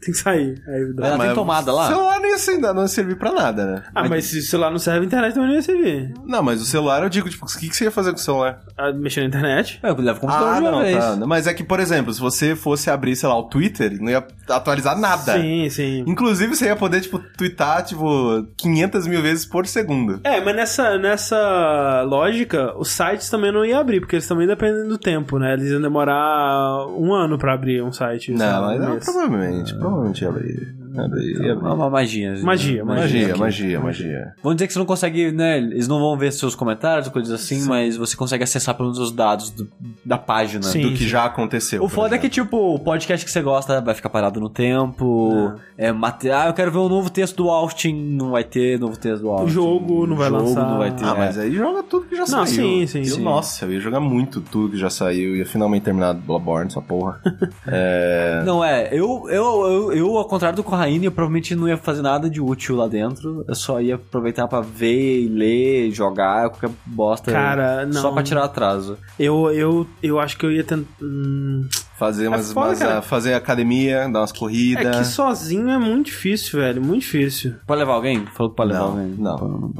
tem que sair. Aí dá.
Mas ela tem tomada
O
lá?
celular não ia, ser- não ia servir pra nada, né?
Ah, mas se o celular não serve, a internet também não ia servir.
Não, mas o celular eu digo, tipo, o que, que você ia fazer com o celular?
Ah, mexer na internet?
É, Eu levo o computador de uma
não,
vez.
tá. Mas é que, por exemplo, se você fosse abrir, sei lá, o Twitter, não ia atualizar nada.
Sim, sim.
Inclusive, você ia poder, tipo, twittar, tipo, 500 mil vezes por segundo.
É, mas nessa, nessa lógica, os sites também não iam abrir, porque eles também dependem do tempo, né? Eles iam demorar um ano pra abrir um site. um
Não, mas
sabe?
não,
Esse. É.
provavelmente, provavelmente ia abrir. Abrir,
É uma magia. assim, né?
Magia,
Magia,
ok.
magia, magia.
Vamos dizer que você não consegue, né? Eles não vão ver seus comentários, coisas assim, mas você consegue acessar pelos os dados do- da página.
Sim.
do-
Do que já aconteceu.
O
por
foda é que,
exemplo.
tipo, o podcast que você gosta vai ficar parado no tempo. É. mate... Ah, eu quero ver um novo texto do Austin. Não vai ter novo texto do Austin.
jogo não vai
jogo
lançar.
Não vai ter.
Ah,
é.
mas aí joga tudo que já
Não,
saiu.
sim, sim,
eu,
sim.
Nossa, eu ia jogar muito tudo que já saiu. Ia finalmente terminar Bloodborne, essa porra.
Não, é. Eu, eu, eu, eu, ao contrário do Corraine, eu provavelmente não ia fazer nada de útil lá dentro. Eu só ia aproveitar pra ver, ler, jogar, qualquer bosta.
Cara, não.
Só pra tirar atraso.
Eu, eu, eu acho que eu ia tentar. hum,
Fazer umas,
foda,
umas- ah,
cara.
fazer academia, dar umas
É que
corridas.
sozinho é muito difícil, velho. Muito difícil.
Pode levar alguém? Falou que pode levar
Não,
alguém.
não.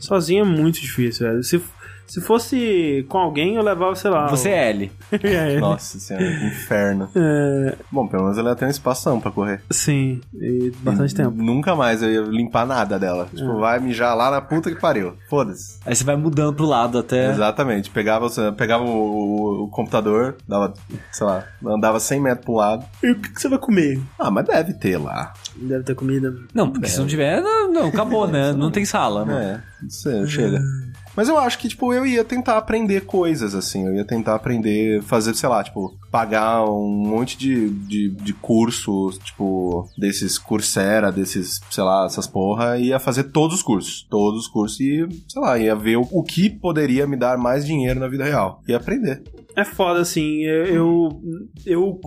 Sozinho é muito difícil, velho. Se, se fosse com alguém, eu levava, sei lá. um-
Você é L.
é.
Nossa senhora, que inferno.
É,
Bom, pelo menos ela tem um espação pra correr.
sim, e bastante tempo. É.
Nunca mais eu ia limpar nada dela. Tipo, vai mijar lá na puta que pariu. Foda-se.
Aí você vai mudando pro lado
É.
até.
Exatamente. Pegava, o- pegava o, o- o computador, dava, sei lá, andava 100 metros pro lado.
E o que, que você vai comer?
Ah, mas deve ter lá.
Deve ter comida.
Não, porque se não tiver, não, não, acabou, né? Não tem sala, né?
É, não sei, chega.
Hum.
Mas eu acho que, tipo, eu ia tentar aprender coisas, assim. Eu ia tentar aprender, fazer, sei lá, tipo, pagar um monte de, de, de cursos, tipo, desses Coursera, desses, sei lá, essas porra. Ia fazer todos os cursos. Todos os cursos e, sei lá, ia ver o, o que poderia me dar mais dinheiro na vida real. Ia aprender.
É foda, assim, eu, eu...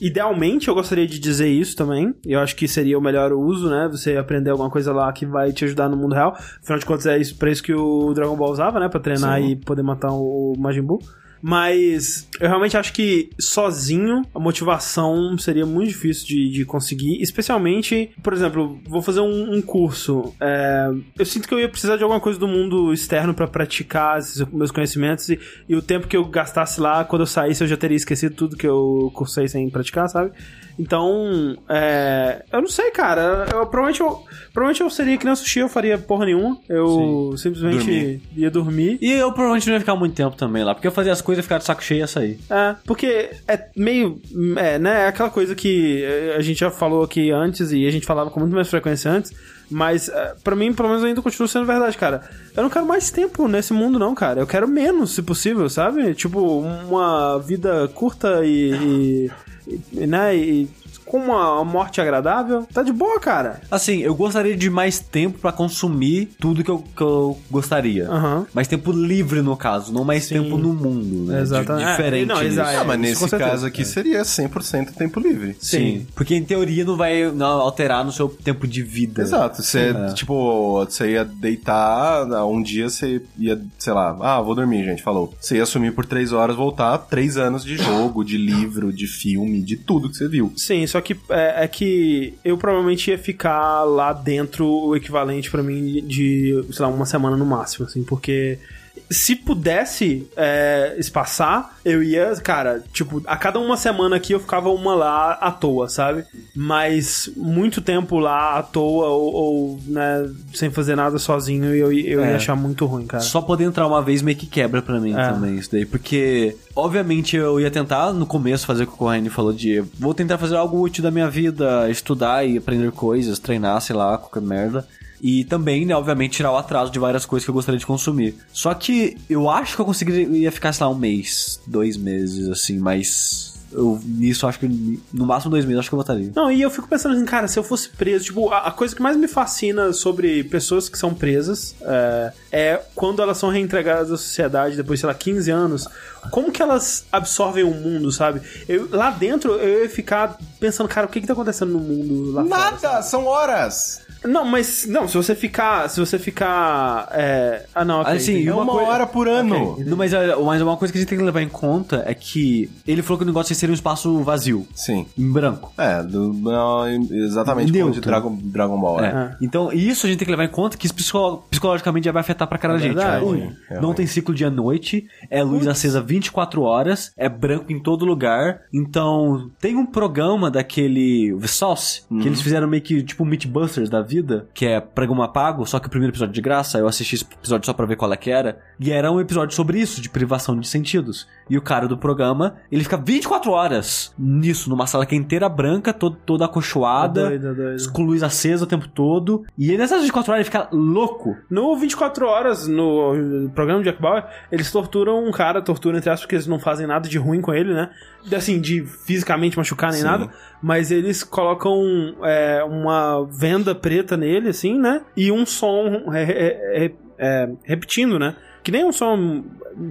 Idealmente, eu gostaria de dizer isso também. Eu acho que seria o melhor uso, né? Você aprender alguma coisa lá que vai te ajudar no mundo real. Afinal de contas, é isso, pra isso que o Dragon Ball usava, né? Pra treinar
Sim.
e poder matar o Majin Buu. Mas eu realmente acho que sozinho a motivação seria muito difícil de, de conseguir. Especialmente, por exemplo, vou fazer um, um curso. é, eu sinto que eu ia precisar de alguma coisa do mundo externo pra praticar esses meus conhecimentos. E, e o tempo que eu gastasse lá, quando eu saísse, eu já teria esquecido tudo que eu cursei sem praticar, sabe? Então, é, eu não sei, cara. Eu- provavelmente, eu, provavelmente eu seria que nem o sushi, eu faria porra nenhuma. Eu simplesmente
Dormir.
ia dormir.
E eu provavelmente não ia ficar muito tempo também lá, porque eu fazia as coisas, ficar de saco cheio e ia sair.
É, porque é meio. É, né? É aquela coisa que é, a gente já falou aqui antes e a gente falava com muito mais frequência antes. Mas, é, pra mim, pelo menos ainda continua sendo verdade, cara. Eu não quero mais tempo nesse mundo, não, cara. Eu quero menos, se possível, sabe? Tipo, uma vida curta e. e- e, né? E com uma morte agradável. Tá de boa, cara.
Assim, eu gostaria de mais tempo pra consumir tudo que eu, que eu gostaria.
Aham.
Mais tempo livre, no caso, não mais
Sim.
tempo no mundo, né?
Exatamente.
Di- Diferente.
É, não,
isso.
exa- é.
ah, mas
isso com
nesse
certeza.
caso aqui seria 100% tempo livre.
Sim. Porque em teoria não vai não, alterar no seu tempo de vida.
Exato, você,
É.
tipo, você ia deitar, um dia você ia, sei lá, ah, vou dormir, gente, falou. Você ia sumir por três horas, voltar, três anos de jogo, de livro, de filme, de tudo que você viu.
Sim, só que é, é que eu provavelmente ia ficar lá dentro o equivalente pra mim de, sei lá, uma semana no máximo, assim, porque se pudesse é, espaçar, eu ia, cara, tipo, a cada uma semana aqui eu ficava uma lá à toa, sabe? Mas muito tempo lá à toa ou, ou, né, sem fazer nada sozinho, eu, eu
É.
ia achar muito ruim, cara.
Só poder entrar uma vez meio que quebra pra mim
É.
também isso daí. Porque, obviamente, eu ia tentar no começo fazer o que o Corrine falou de vou tentar fazer algo útil da minha vida, estudar e aprender coisas, treinar, sei lá, qualquer merda. E também, né, obviamente, tirar o atraso de várias coisas que eu gostaria de consumir. Só que eu acho que eu conseguiria ficar, sei lá, um mês, dois meses, assim, mas eu nisso acho que no máximo dois meses acho que eu votaria.
Não, e eu fico pensando assim, cara, se eu fosse preso, tipo, a, a coisa que mais me fascina sobre pessoas que são presas é, é quando elas são reintegradas à sociedade depois, sei lá, 15 anos, como que elas absorvem o mundo, sabe? Eu- lá dentro eu ia ficar pensando, cara, o que que tá acontecendo no mundo
Tá
lá fora?
Nada, são horas!
Não, mas, não, se você ficar, se você ficar, é, ah não, ok,
Assim,
entendi.
É
uma
uma,
coi-
hora por ano!
Não, mas, é, mas uma coisa que a gente tem que levar em conta é que ele falou que o negócio seria um espaço vazio,
Sim.
em branco.
É, do, não, exatamente como de
Neutro.
Dragon, Dragon Ball.
É.
É.
Então, isso a gente tem que levar em conta que isso psico- psicologicamente já vai afetar pra cara da gente.
verdade.
Um,
É ruim, é
não
ruim.
tem ciclo dia à noite, é luz acesa 24 horas, é branco em todo lugar. Uhum. Então, tem um programa daquele The Sauce, que eles fizeram meio que tipo um Meatbusters da vida, que é Pregão Apago, só que o primeiro episódio de graça, eu assisti esse episódio só pra ver qual é que era, e era um episódio sobre isso, de privação de sentidos. E o cara do programa, ele fica 24 horas nisso, numa sala que é inteira branca, todo, toda acolchoada,
Doido, doido.
com luz acesa o tempo todo, e ele nessas 24 horas ele fica louco.
No 24 Horas, no programa de Jack Bauer, eles torturam um cara, torturam entre aspas, porque eles não fazem nada de ruim com ele, né? Assim, de fisicamente machucar nem
Sim.
nada, mas eles colocam é, uma venda preta nele, assim, né? E um som é, é, é, é, repetindo, né? Que nem um som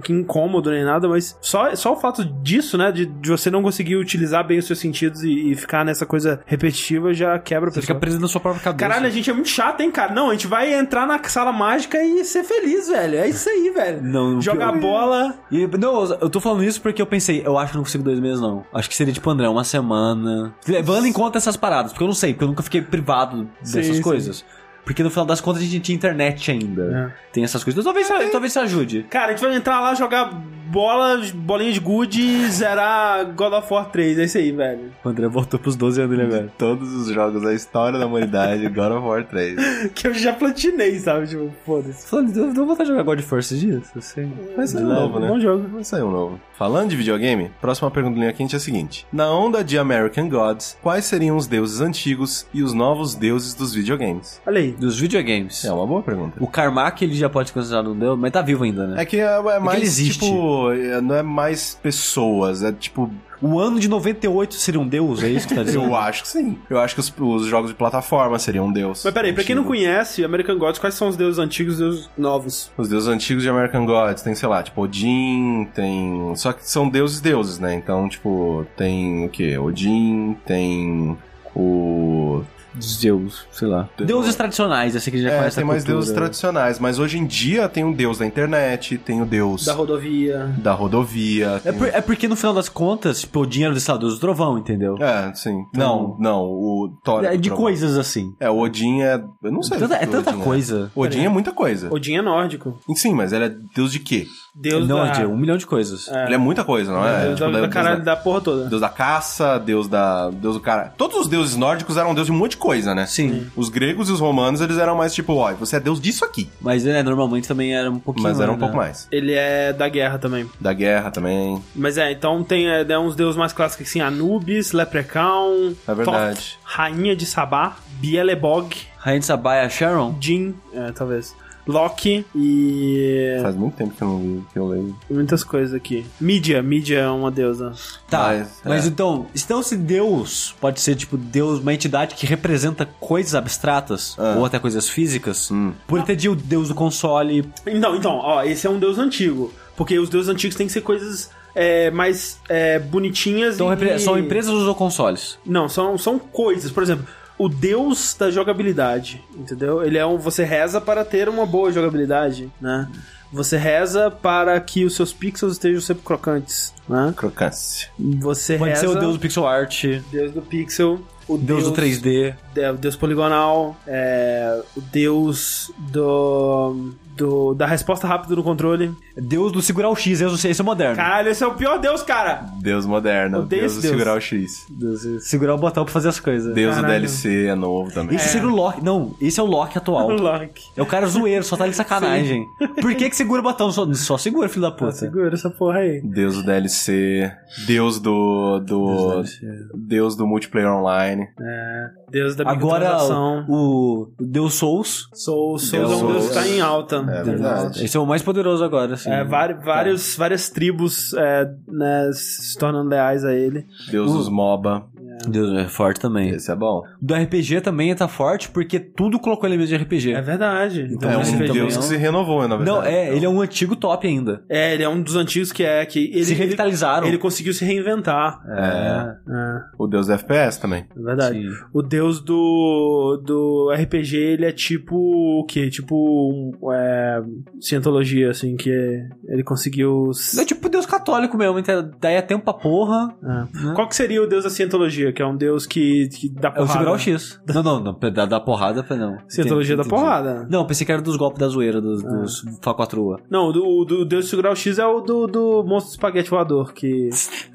que incômodo nem nada, mas só, só o fato disso, né? De, de você não conseguir utilizar bem os seus sentidos e, e ficar nessa coisa repetitiva já quebra a
Você
pessoa.
fica preso na sua própria cabeça.
Caralho, a gente é muito chato, hein, cara? Não, a gente vai entrar na sala mágica e ser feliz, velho. É isso aí, velho.
Não,
Jogar
pior- é.
bola.
E, não, eu tô falando isso porque eu pensei, eu acho que não consigo dois meses, não. Acho que seria tipo, André, uma semana. Levando em conta essas paradas, porque eu não sei, porque eu nunca fiquei privado dessas
Sim,
coisas. Porque no final das contas a gente tinha internet ainda.
É.
Tem essas coisas. Então, Talvez, talvez isso ajude.
Cara, a gente vai entrar lá, jogar bola, bolinha de gude e zerar God of War 3. É isso aí, velho.
O André voltou pros 12 anos, né, velho?
Todos os jogos da história da humanidade, God of War 3.
Que eu já platinei, sabe? Tipo, foda-se.
Falando, eu não vou de jogar God of War esses dias, assim.
Vai sair um novo, né?
Bom jogo.
Vai sair um novo. Falando de videogame, próxima pergunta do linha quente é a seguinte: Na onda de American Gods, quais seriam os deuses antigos e os novos deuses dos videogames?
Olha aí.
Dos videogames.
É uma boa pergunta.
O Carmack, ele já pode ser considerado um deus, mas tá vivo ainda, né?
É que é, é mais
ele existe.
tipo, é, não é mais pessoas, é tipo,
O ano de 98 seria um deus, é isso que tá dizendo?
eu acho que sim. Eu acho que os, os jogos de plataforma seriam um deus.
Mas peraí, pra quem não
antigo.
conhece American Gods, quais são os deuses antigos e os novos?
Os deuses antigos de American Gods, tem, sei lá, tipo, Odin, tem. Só que são deuses deuses, né? Então, tipo, tem o quê? Odin, tem o.
Dos Deus, sei lá. Deuses tradicionais, esse que a gente já
É,
conhece.
tem
da
mais
cultura. né?
deuses tradicionais, mas hoje em dia tem o deus da internet, tem o deus
Da
da,
rodovia.
rodovia.
É,
tem-
por- é porque no final das contas, tipo, o dinheiro do Estado do Trovão, entendeu?
É, sim. Não, não, o Thor.
É de
Trovão.
coisas assim.
É, o Odin é. Eu não sei.
É tanta,
o que
é
o
tanta
Odin
coisa.
O Odin é muita coisa.
Odin é nórdico.
Sim, mas ele é deus de quê?
Deus
não,
da...
Adil, um milhão de coisas.
É.
Ele é muita coisa, não é?
Deus
Tipo,
da, da
deus
caralho
da-
da porra toda.
Deus da caça, deus da. Deus do cara. Todos os deuses nórdicos eram deus de um monte de coisa, né?
Sim.
Os gregos e os romanos, eles eram mais tipo, ó, você é deus disso aqui.
Mas é, normalmente também era um pouquinho.
Mas era um
né?
pouco mais.
Ele é da guerra também.
Da guerra também.
Mas é, então tem é, né, uns deuses mais clássicos assim, Anubis, Leprechaun,
É verdade.
Thoth, Rainha de Sabá, Bielebog,
Rainha de Sabaia Sharon?
Jin, é, talvez, Loki e
Faz muito tempo que eu não vi, que eu leio.
muitas coisas aqui. Mídia, Mídia é uma deusa.
Tá.
Mas,
Mas,
é.
então, então se Deus pode ser, tipo, Deus, uma entidade que representa coisas abstratas,
Ah.
ou até coisas físicas,
Hum.
por ter de o Deus do console.
Então, então, ó, esse é um deus antigo, porque os deuses antigos têm que ser coisas é, mais é, bonitinhas
Então,
e...
repre- são empresas ou consoles?
Não, são, são coisas. Por exemplo, o deus da jogabilidade, entendeu? Ele é um. Você reza para ter uma boa jogabilidade, né? Você reza para que os seus pixels estejam sempre crocantes, né?
Crocância.
Você
Pode
reza.
ser o Deus do pixel art,
deus do pixel. O
Deus, do 3D.
é, o deus poligonal. é, o deus do, do. Da resposta rápida no controle.
Deus do segurar o X, eu não sei, esse é moderno.
Caralho, esse é o pior deus, cara!
Deus moderno.
Odeio
Deus
esse
do
deus.
segurar o X.
Deus, segurar o botão pra fazer as coisas.
Deus do
Caralho.
DLC é novo também.
Esse seria o Loki. Não, esse é o Loki atual.
Loki.
É o cara zoeiro, só tá ali de sacanagem. Por que que segura o botão? Só, só segura, filho da puta.
Ah, Segura essa porra aí.
Deus do DLC. Deus do. do
Deus do DLC.
Deus do multiplayer online.
Deus da
Agora,
microtransação.
o, o Deus Souls.
Soul, Souls é
Deus
um deus que
Souls.
tá em alta.
É verdade.
Esse é o mais poderoso agora, assim.
É, vari- vários, várias tribos é, né, se tornando leais a ele.
Deus dos MOBA.
Deus é forte também.
Esse é bom.
Do RPG também tá forte, porque tudo colocou elementos de RPG.
É verdade. Então,
é
mas
um
ele também
Deus
é
que
um-
se renovou, na verdade.
Não, é, ele é um antigo top ainda.
é, ele é um dos antigos que é que ele,
Se
ele,
revitalizaram.
ele conseguiu se reinventar.
É.
É,
O Deus do FPS também.
é verdade.
Sim.
O deus do, do RPG, ele é tipo o quê? Tipo um, é, cientologia, assim, que ele conseguiu...
É tipo Deus deus católico mesmo, então daí é tempo pra porra.
É. Qual que seria o deus da cientologia? Que é um deus que, que dá
É o
porrada.
segurar o X. Não, não, não. Da, da porrada, não.
Cientologia da
Entendi, entendi.
porrada. Ah.
Não, pensei que era dos golpes da zoeira, dos, dos falcatrua.
Não, o do, o do deus de segurar o X é o do, do monstro do espaguete voador, que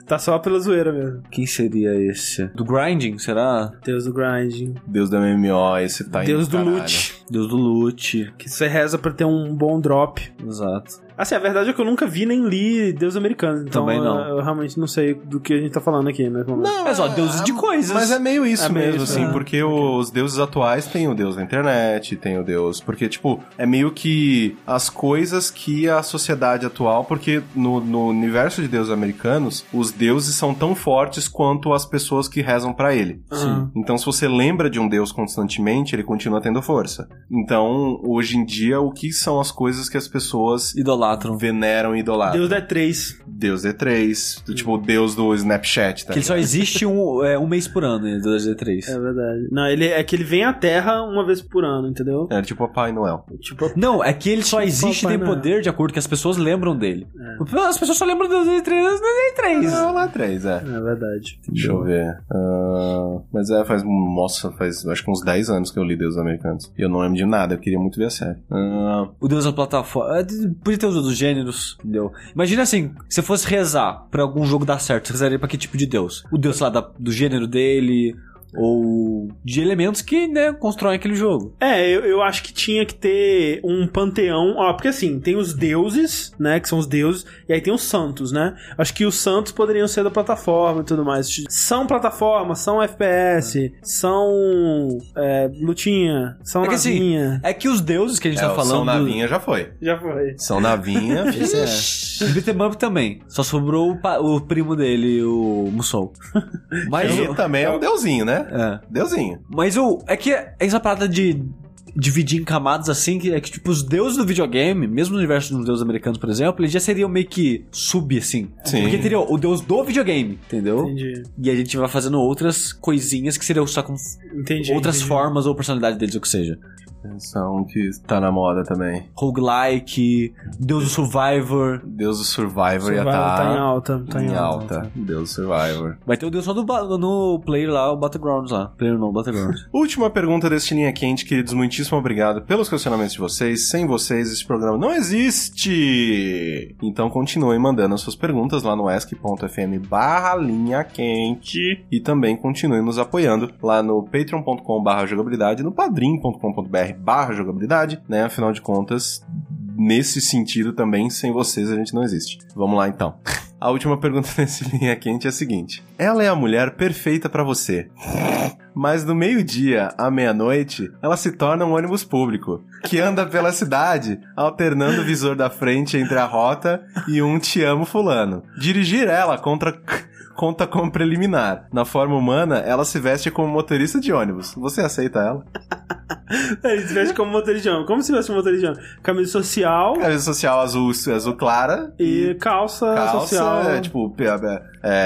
tá só pela zoeira mesmo.
Quem seria esse? Do grinding, será?
Deus do grinding.
Deus do MMO, esse tá indo
Deus do
caralho.
loot.
Deus do loot.
Que você reza pra ter um bom drop.
Exato.
Assim, a verdade é que eu nunca vi nem li Deus americano. Então
Também não.
Eu, eu realmente não sei do que a gente tá falando aqui, né? Não.
É só deuses de coisas.
Mas é meio isso
É meio
mesmo,
isso,
assim,
né?
porque os deuses atuais têm o deus da internet, tem o deus. Porque, tipo, é meio que as coisas que a sociedade atual. Porque no, no universo de deuses americanos, os deuses são tão fortes quanto as pessoas que rezam pra ele.
Sim.
Então, se você lembra de um deus constantemente, ele continua tendo força. Então, hoje em dia, o que são as coisas que as pessoas
Idolatram.
veneram e idolatram?
Deus é da E3.
Deus E3, tipo, o deus do Snapchat, tá
Que ele só existe um, é, um mês por ano, né? Do D3.
É verdade. Não, ele é que ele vem à Terra uma vez por ano, entendeu?
É tipo Papai Noel.
Tipo,
Não, é que ele só
Papai
existe e tem
Noel.
poder de acordo que as pessoas lembram dele.
É.
As pessoas só lembram do D3 do D3.
Não, lá atrás, é.
é verdade.
Deixa eu ver. Ah, mas é, faz. Nossa, faz acho que uns 10 anos que eu li Deus dos Americanos. E eu não lembro de nada, eu queria muito ver a série. Ah,
O deus da plataforma. é, Podia ter os outros gêneros, entendeu? Imagina assim, se você fosse rezar pra algum jogo dar certo, você rezaria pra que tipo de deus? O deus, sei lá, da- do gênero dele, ou de elementos que, né, constroem aquele jogo.
É, eu, eu acho que tinha que ter um panteão. Ó, porque assim, tem os deuses, né? Que são os deuses, e aí tem os santos, né? Acho que os santos poderiam ser da plataforma e tudo mais. São plataforma, são FPS, são é, lutinha, são
É que assim,
navinha.
É que os deuses que a gente
é,
tá
o São
falando.
Navinha já foi.
Já foi.
São Navinha.
Pois é. O Beat'em Up também. Só sobrou o, pa- o primo dele, o Musou. Mas,
Ele
o-
também é um deusinho, né?
é.
Deusinho.
Mas o. É que essa parada de dividir em camadas assim, que é que, tipo, os deuses do videogame, mesmo no universo dos deuses americanos, por exemplo, eles já seriam meio que sub, assim.
Sim.
Porque teria o deus do videogame, entendeu?
Entendi.
E a gente vai fazendo outras coisinhas que seriam só com
Entendi.
outras
entendi.
formas ou personalidade deles, ou que seja.
São que tá na moda também.
Roguelike, deus do survivor.
Deus do Survivor,
Survival
ia tá,
tá em alta, tá em,
em
alta.
alta. Deus do Survivor.
Vai ter o deus só do, ba- no player lá, o Battlegrounds lá. Player não, Battlegrounds.
Última pergunta deste Linha Quente, queridos. Muitíssimo obrigado pelos questionamentos de vocês. Sem vocês, esse programa não existe! Então continuem mandando as suas perguntas lá no ask.fm barra linha quente e também continuem nos apoiando lá no patreon.com barra jogabilidade, no padrim.com.br barra jogabilidade, né? Afinal de contas, nesse sentido também, sem vocês a gente não existe. Vamos lá então. A última pergunta desse linha quente é a seguinte: Ela é a mulher perfeita pra você. Mas do meio-dia à meia-noite, ela se torna um ônibus público, que anda pela cidade, alternando o visor da frente entre a rota e um te amo fulano. Dirigir ela contra conta como preliminar. Na forma humana, ela se veste como motorista de ônibus. Você aceita ela?
Ele É, se veste como motorista de homem. Como se veste como motorista de homem? Camisa social
Camisa social azul, azul clara
e calça,
calça,
social.
é, tipo, pe- é,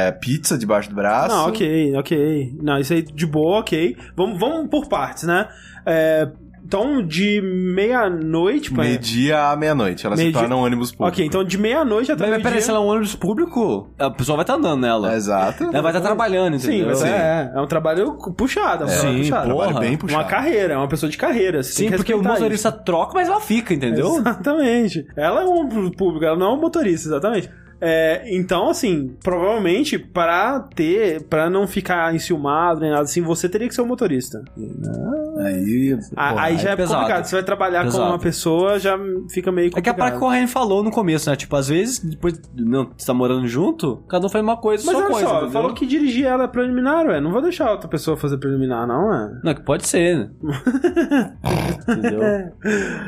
é, pizza debaixo do braço.
Assim.
Não, ok, ok. Não, isso aí de boa, ok. Vamos, vamos por partes, né? É, então, de meia-noite, pra...
Meio-dia à meia-noite, ela
tipo, é. Meio-dia-
se torna um ônibus público.
Ok, então de meia-noite até
mas, mas peraí, se
meio-dia...
ela é um ônibus público, a pessoa vai estar andando
É,
nela.
Exato.
Ela vai estar trabalhando,
Sim,
entendeu?
mas
Sim.
é, é um trabalho puxado. É um
Sim,
trabalho puxado.
porra.
Trabalho bem
Uma
puxado.
carreira, é uma pessoa de carreira. você tem
Sim,
que
porque o
respeitar
motorista troca, mas ela fica,
isso.
entendeu?
Exatamente. Ela é um público, ela não é um motorista, exatamente. É, então, assim, provavelmente pra ter, pra não ficar enciumado nem nada assim, você teria que ser um motorista.
Aí,
A-
porra,
aí
aí
já é
é pesado.
complicado. Você vai trabalhar
Pesado.
com uma pessoa, já fica meio
É que a
complicado.
parada que o Ryan falou no começo, né? Tipo, às vezes, depois, não, você tá morando junto, cada um faz uma coisa,
Mas
só
olha
coisa,
só,
entendeu?
falou que dirigir ela é preliminar, ué. Não vou deixar outra pessoa fazer preliminar, não, ué.
Não, que pode ser, né?
É.
entendeu?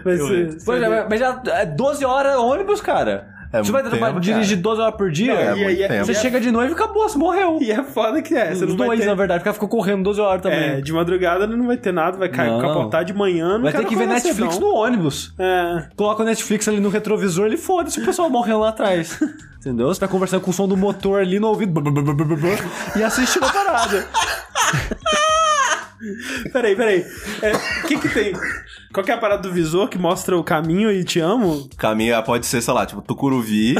Vai
Eu-
ser-
Pois é, mas já é 12 horas ônibus, cara.
é
você vai
muito
trabalhar-
tempo,
dirigir 12 horas por dia,
Não, é
e aí,
muito
e aí-
tempo.
você chega de noite e acabou, você morreu.
E é foda que é. Você
Os
não vai
dois,
ter...
na verdade, porque ela ficou correndo 12 horas
É,
também.
de madrugada não vai ter nada, vai cair,
Não.
capotar de manhã, não
Vai
quero
ter que ver
acordar
Netflix
cedão.
no ônibus.
É.
Coloca o Netflix ali no retrovisor, ele foda-se o pessoal morrendo lá atrás. Entendeu? Você tá conversando com o som do motor ali no ouvido. blub, blub, blub, blub, blub, e assiste uma parada.
Peraí, peraí. É, O que que tem? Qual que é a parada do visor que mostra o caminho e te amo?
Caminho pode ser, sei lá, tipo, Tucuruvi,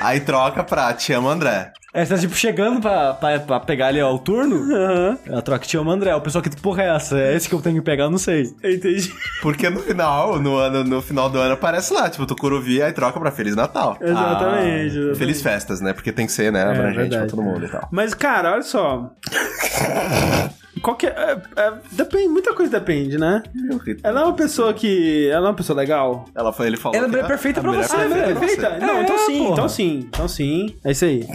aí troca pra Te Amo André.
É, você tá tipo chegando pra, pra, pra pegar ali ó, o turno.
Aham.
Ela troca te chama André. O pessoal que porra é essa? É esse que eu tenho que pegar, eu não sei.
Eu entendi.
Porque no final, no, ano, no final do ano aparece lá, tipo, Tucuruvi, aí troca pra Feliz Natal.
Ah,
Exatamente. exatamente.
Feliz Festas, né? Porque tem que
É,
ser, né, abrangente pra
verdade.
todo mundo e tal.
Mas, cara, olha só. Qual que é, é- é- Depende, muita coisa depende, né? Ela é uma pessoa que. Ela é uma pessoa legal.
Ela foi, ele falou.
Ela é
que
mulher perfeita
a
pra
mulher
você,
Ah, é
perfeita
verdade,
pra
perfeita.
você.
Não,
É,
então sim,
porra.
então sim, então sim. É isso aí.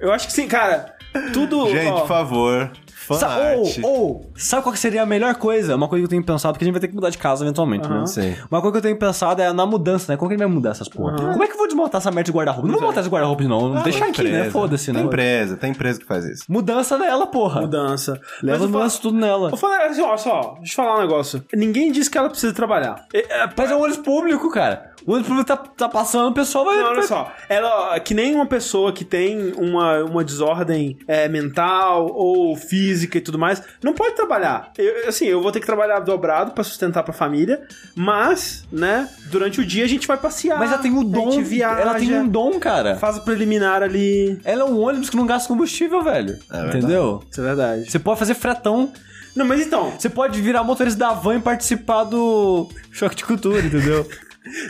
Eu acho que sim, cara. Tudo.
Gente,
ó,
por favor, fan
Sa- ou,
art.
ou, sabe qual que seria a melhor coisa? Uma coisa que eu tenho pensado, porque a gente vai ter que mudar de casa eventualmente, né?
Aham.
Sim.
Uma coisa que eu tenho pensado é na mudança, né? Como que ele vai mudar essas porra? Como é que eu vou desmontar essa merda de guarda-roupa? Não vou
é.
montar esse guarda-roupa, não.
Ah,
Vou deixar aqui, né? Foda-se, né?
Tem empresa, tem empresa que faz isso.
Mudança nela, porra.
mudança.
Leva
Mas eu falo-
mudança tudo nela.
eu falar assim, ó, só, deixa eu falar um negócio. Ninguém disse que ela precisa trabalhar. E- é,
Mas é um ônibus público, cara. O ônibus público tá, tá passando, o pessoal vai.
Não, olha
vai-
só. Ela, ó, que nem uma pessoa que tem uma, uma desordem é, mental ou física e tudo mais, não pode trabalhar. Eu- assim, eu vou ter que trabalhar dobrado pra sustentar pra família, mas, né, durante o dia a gente vai passear.
Mas ela tem um
A
dom.
gente viaja,
Ela tem um dom, cara.
Faz o preliminar ali.
Ela é um ônibus que não gasta combustível, velho.
verdade.
Entendeu?
Isso é verdade.
Você pode fazer fretão.
Não, mas então.
Você pode virar motorista da van e participar do choque de cultura, entendeu?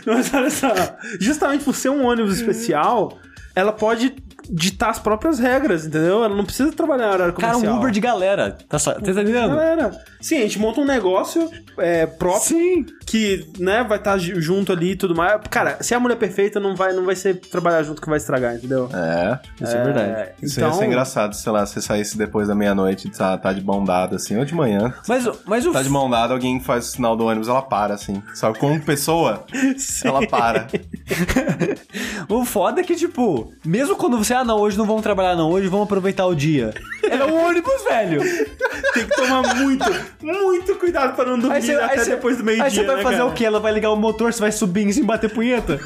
Mas olha só, justamente por ser um ônibus especial, ela pode ditar as próprias regras, entendeu? Ela não precisa trabalhar em horário
Cara,
comercial.
um Uber de galera. Tá, só, tá entendendo?
galera. Sim, a gente monta um negócio é, próprio
Sim.
que, né, vai estar junto ali e tudo mais. Cara, se é a mulher perfeita, não vai, não vai ser trabalhar junto que vai estragar, entendeu?
É.
Isso é, verdade.
É,
Isso
então,
ia ser engraçado, sei lá, se você saísse depois da meia-noite, tá, tá de mão dada, assim, ou de manhã.
Mas, mas o.
Tá de mão dada, alguém faz o sinal do ônibus, ela para, assim. Sabe, como pessoa, ela para.
O foda é que, tipo, mesmo quando você, ah, não, hoje não vamos trabalhar, não, hoje vamos aproveitar o dia. Ela é um ônibus, velho.
tem que tomar muito, muito cuidado pra não dormir até depois do meio-dia.
Aí você vai
né,
fazer
cara?
o quê? Ela vai ligar o motor, você vai subir em cima e bater punheta?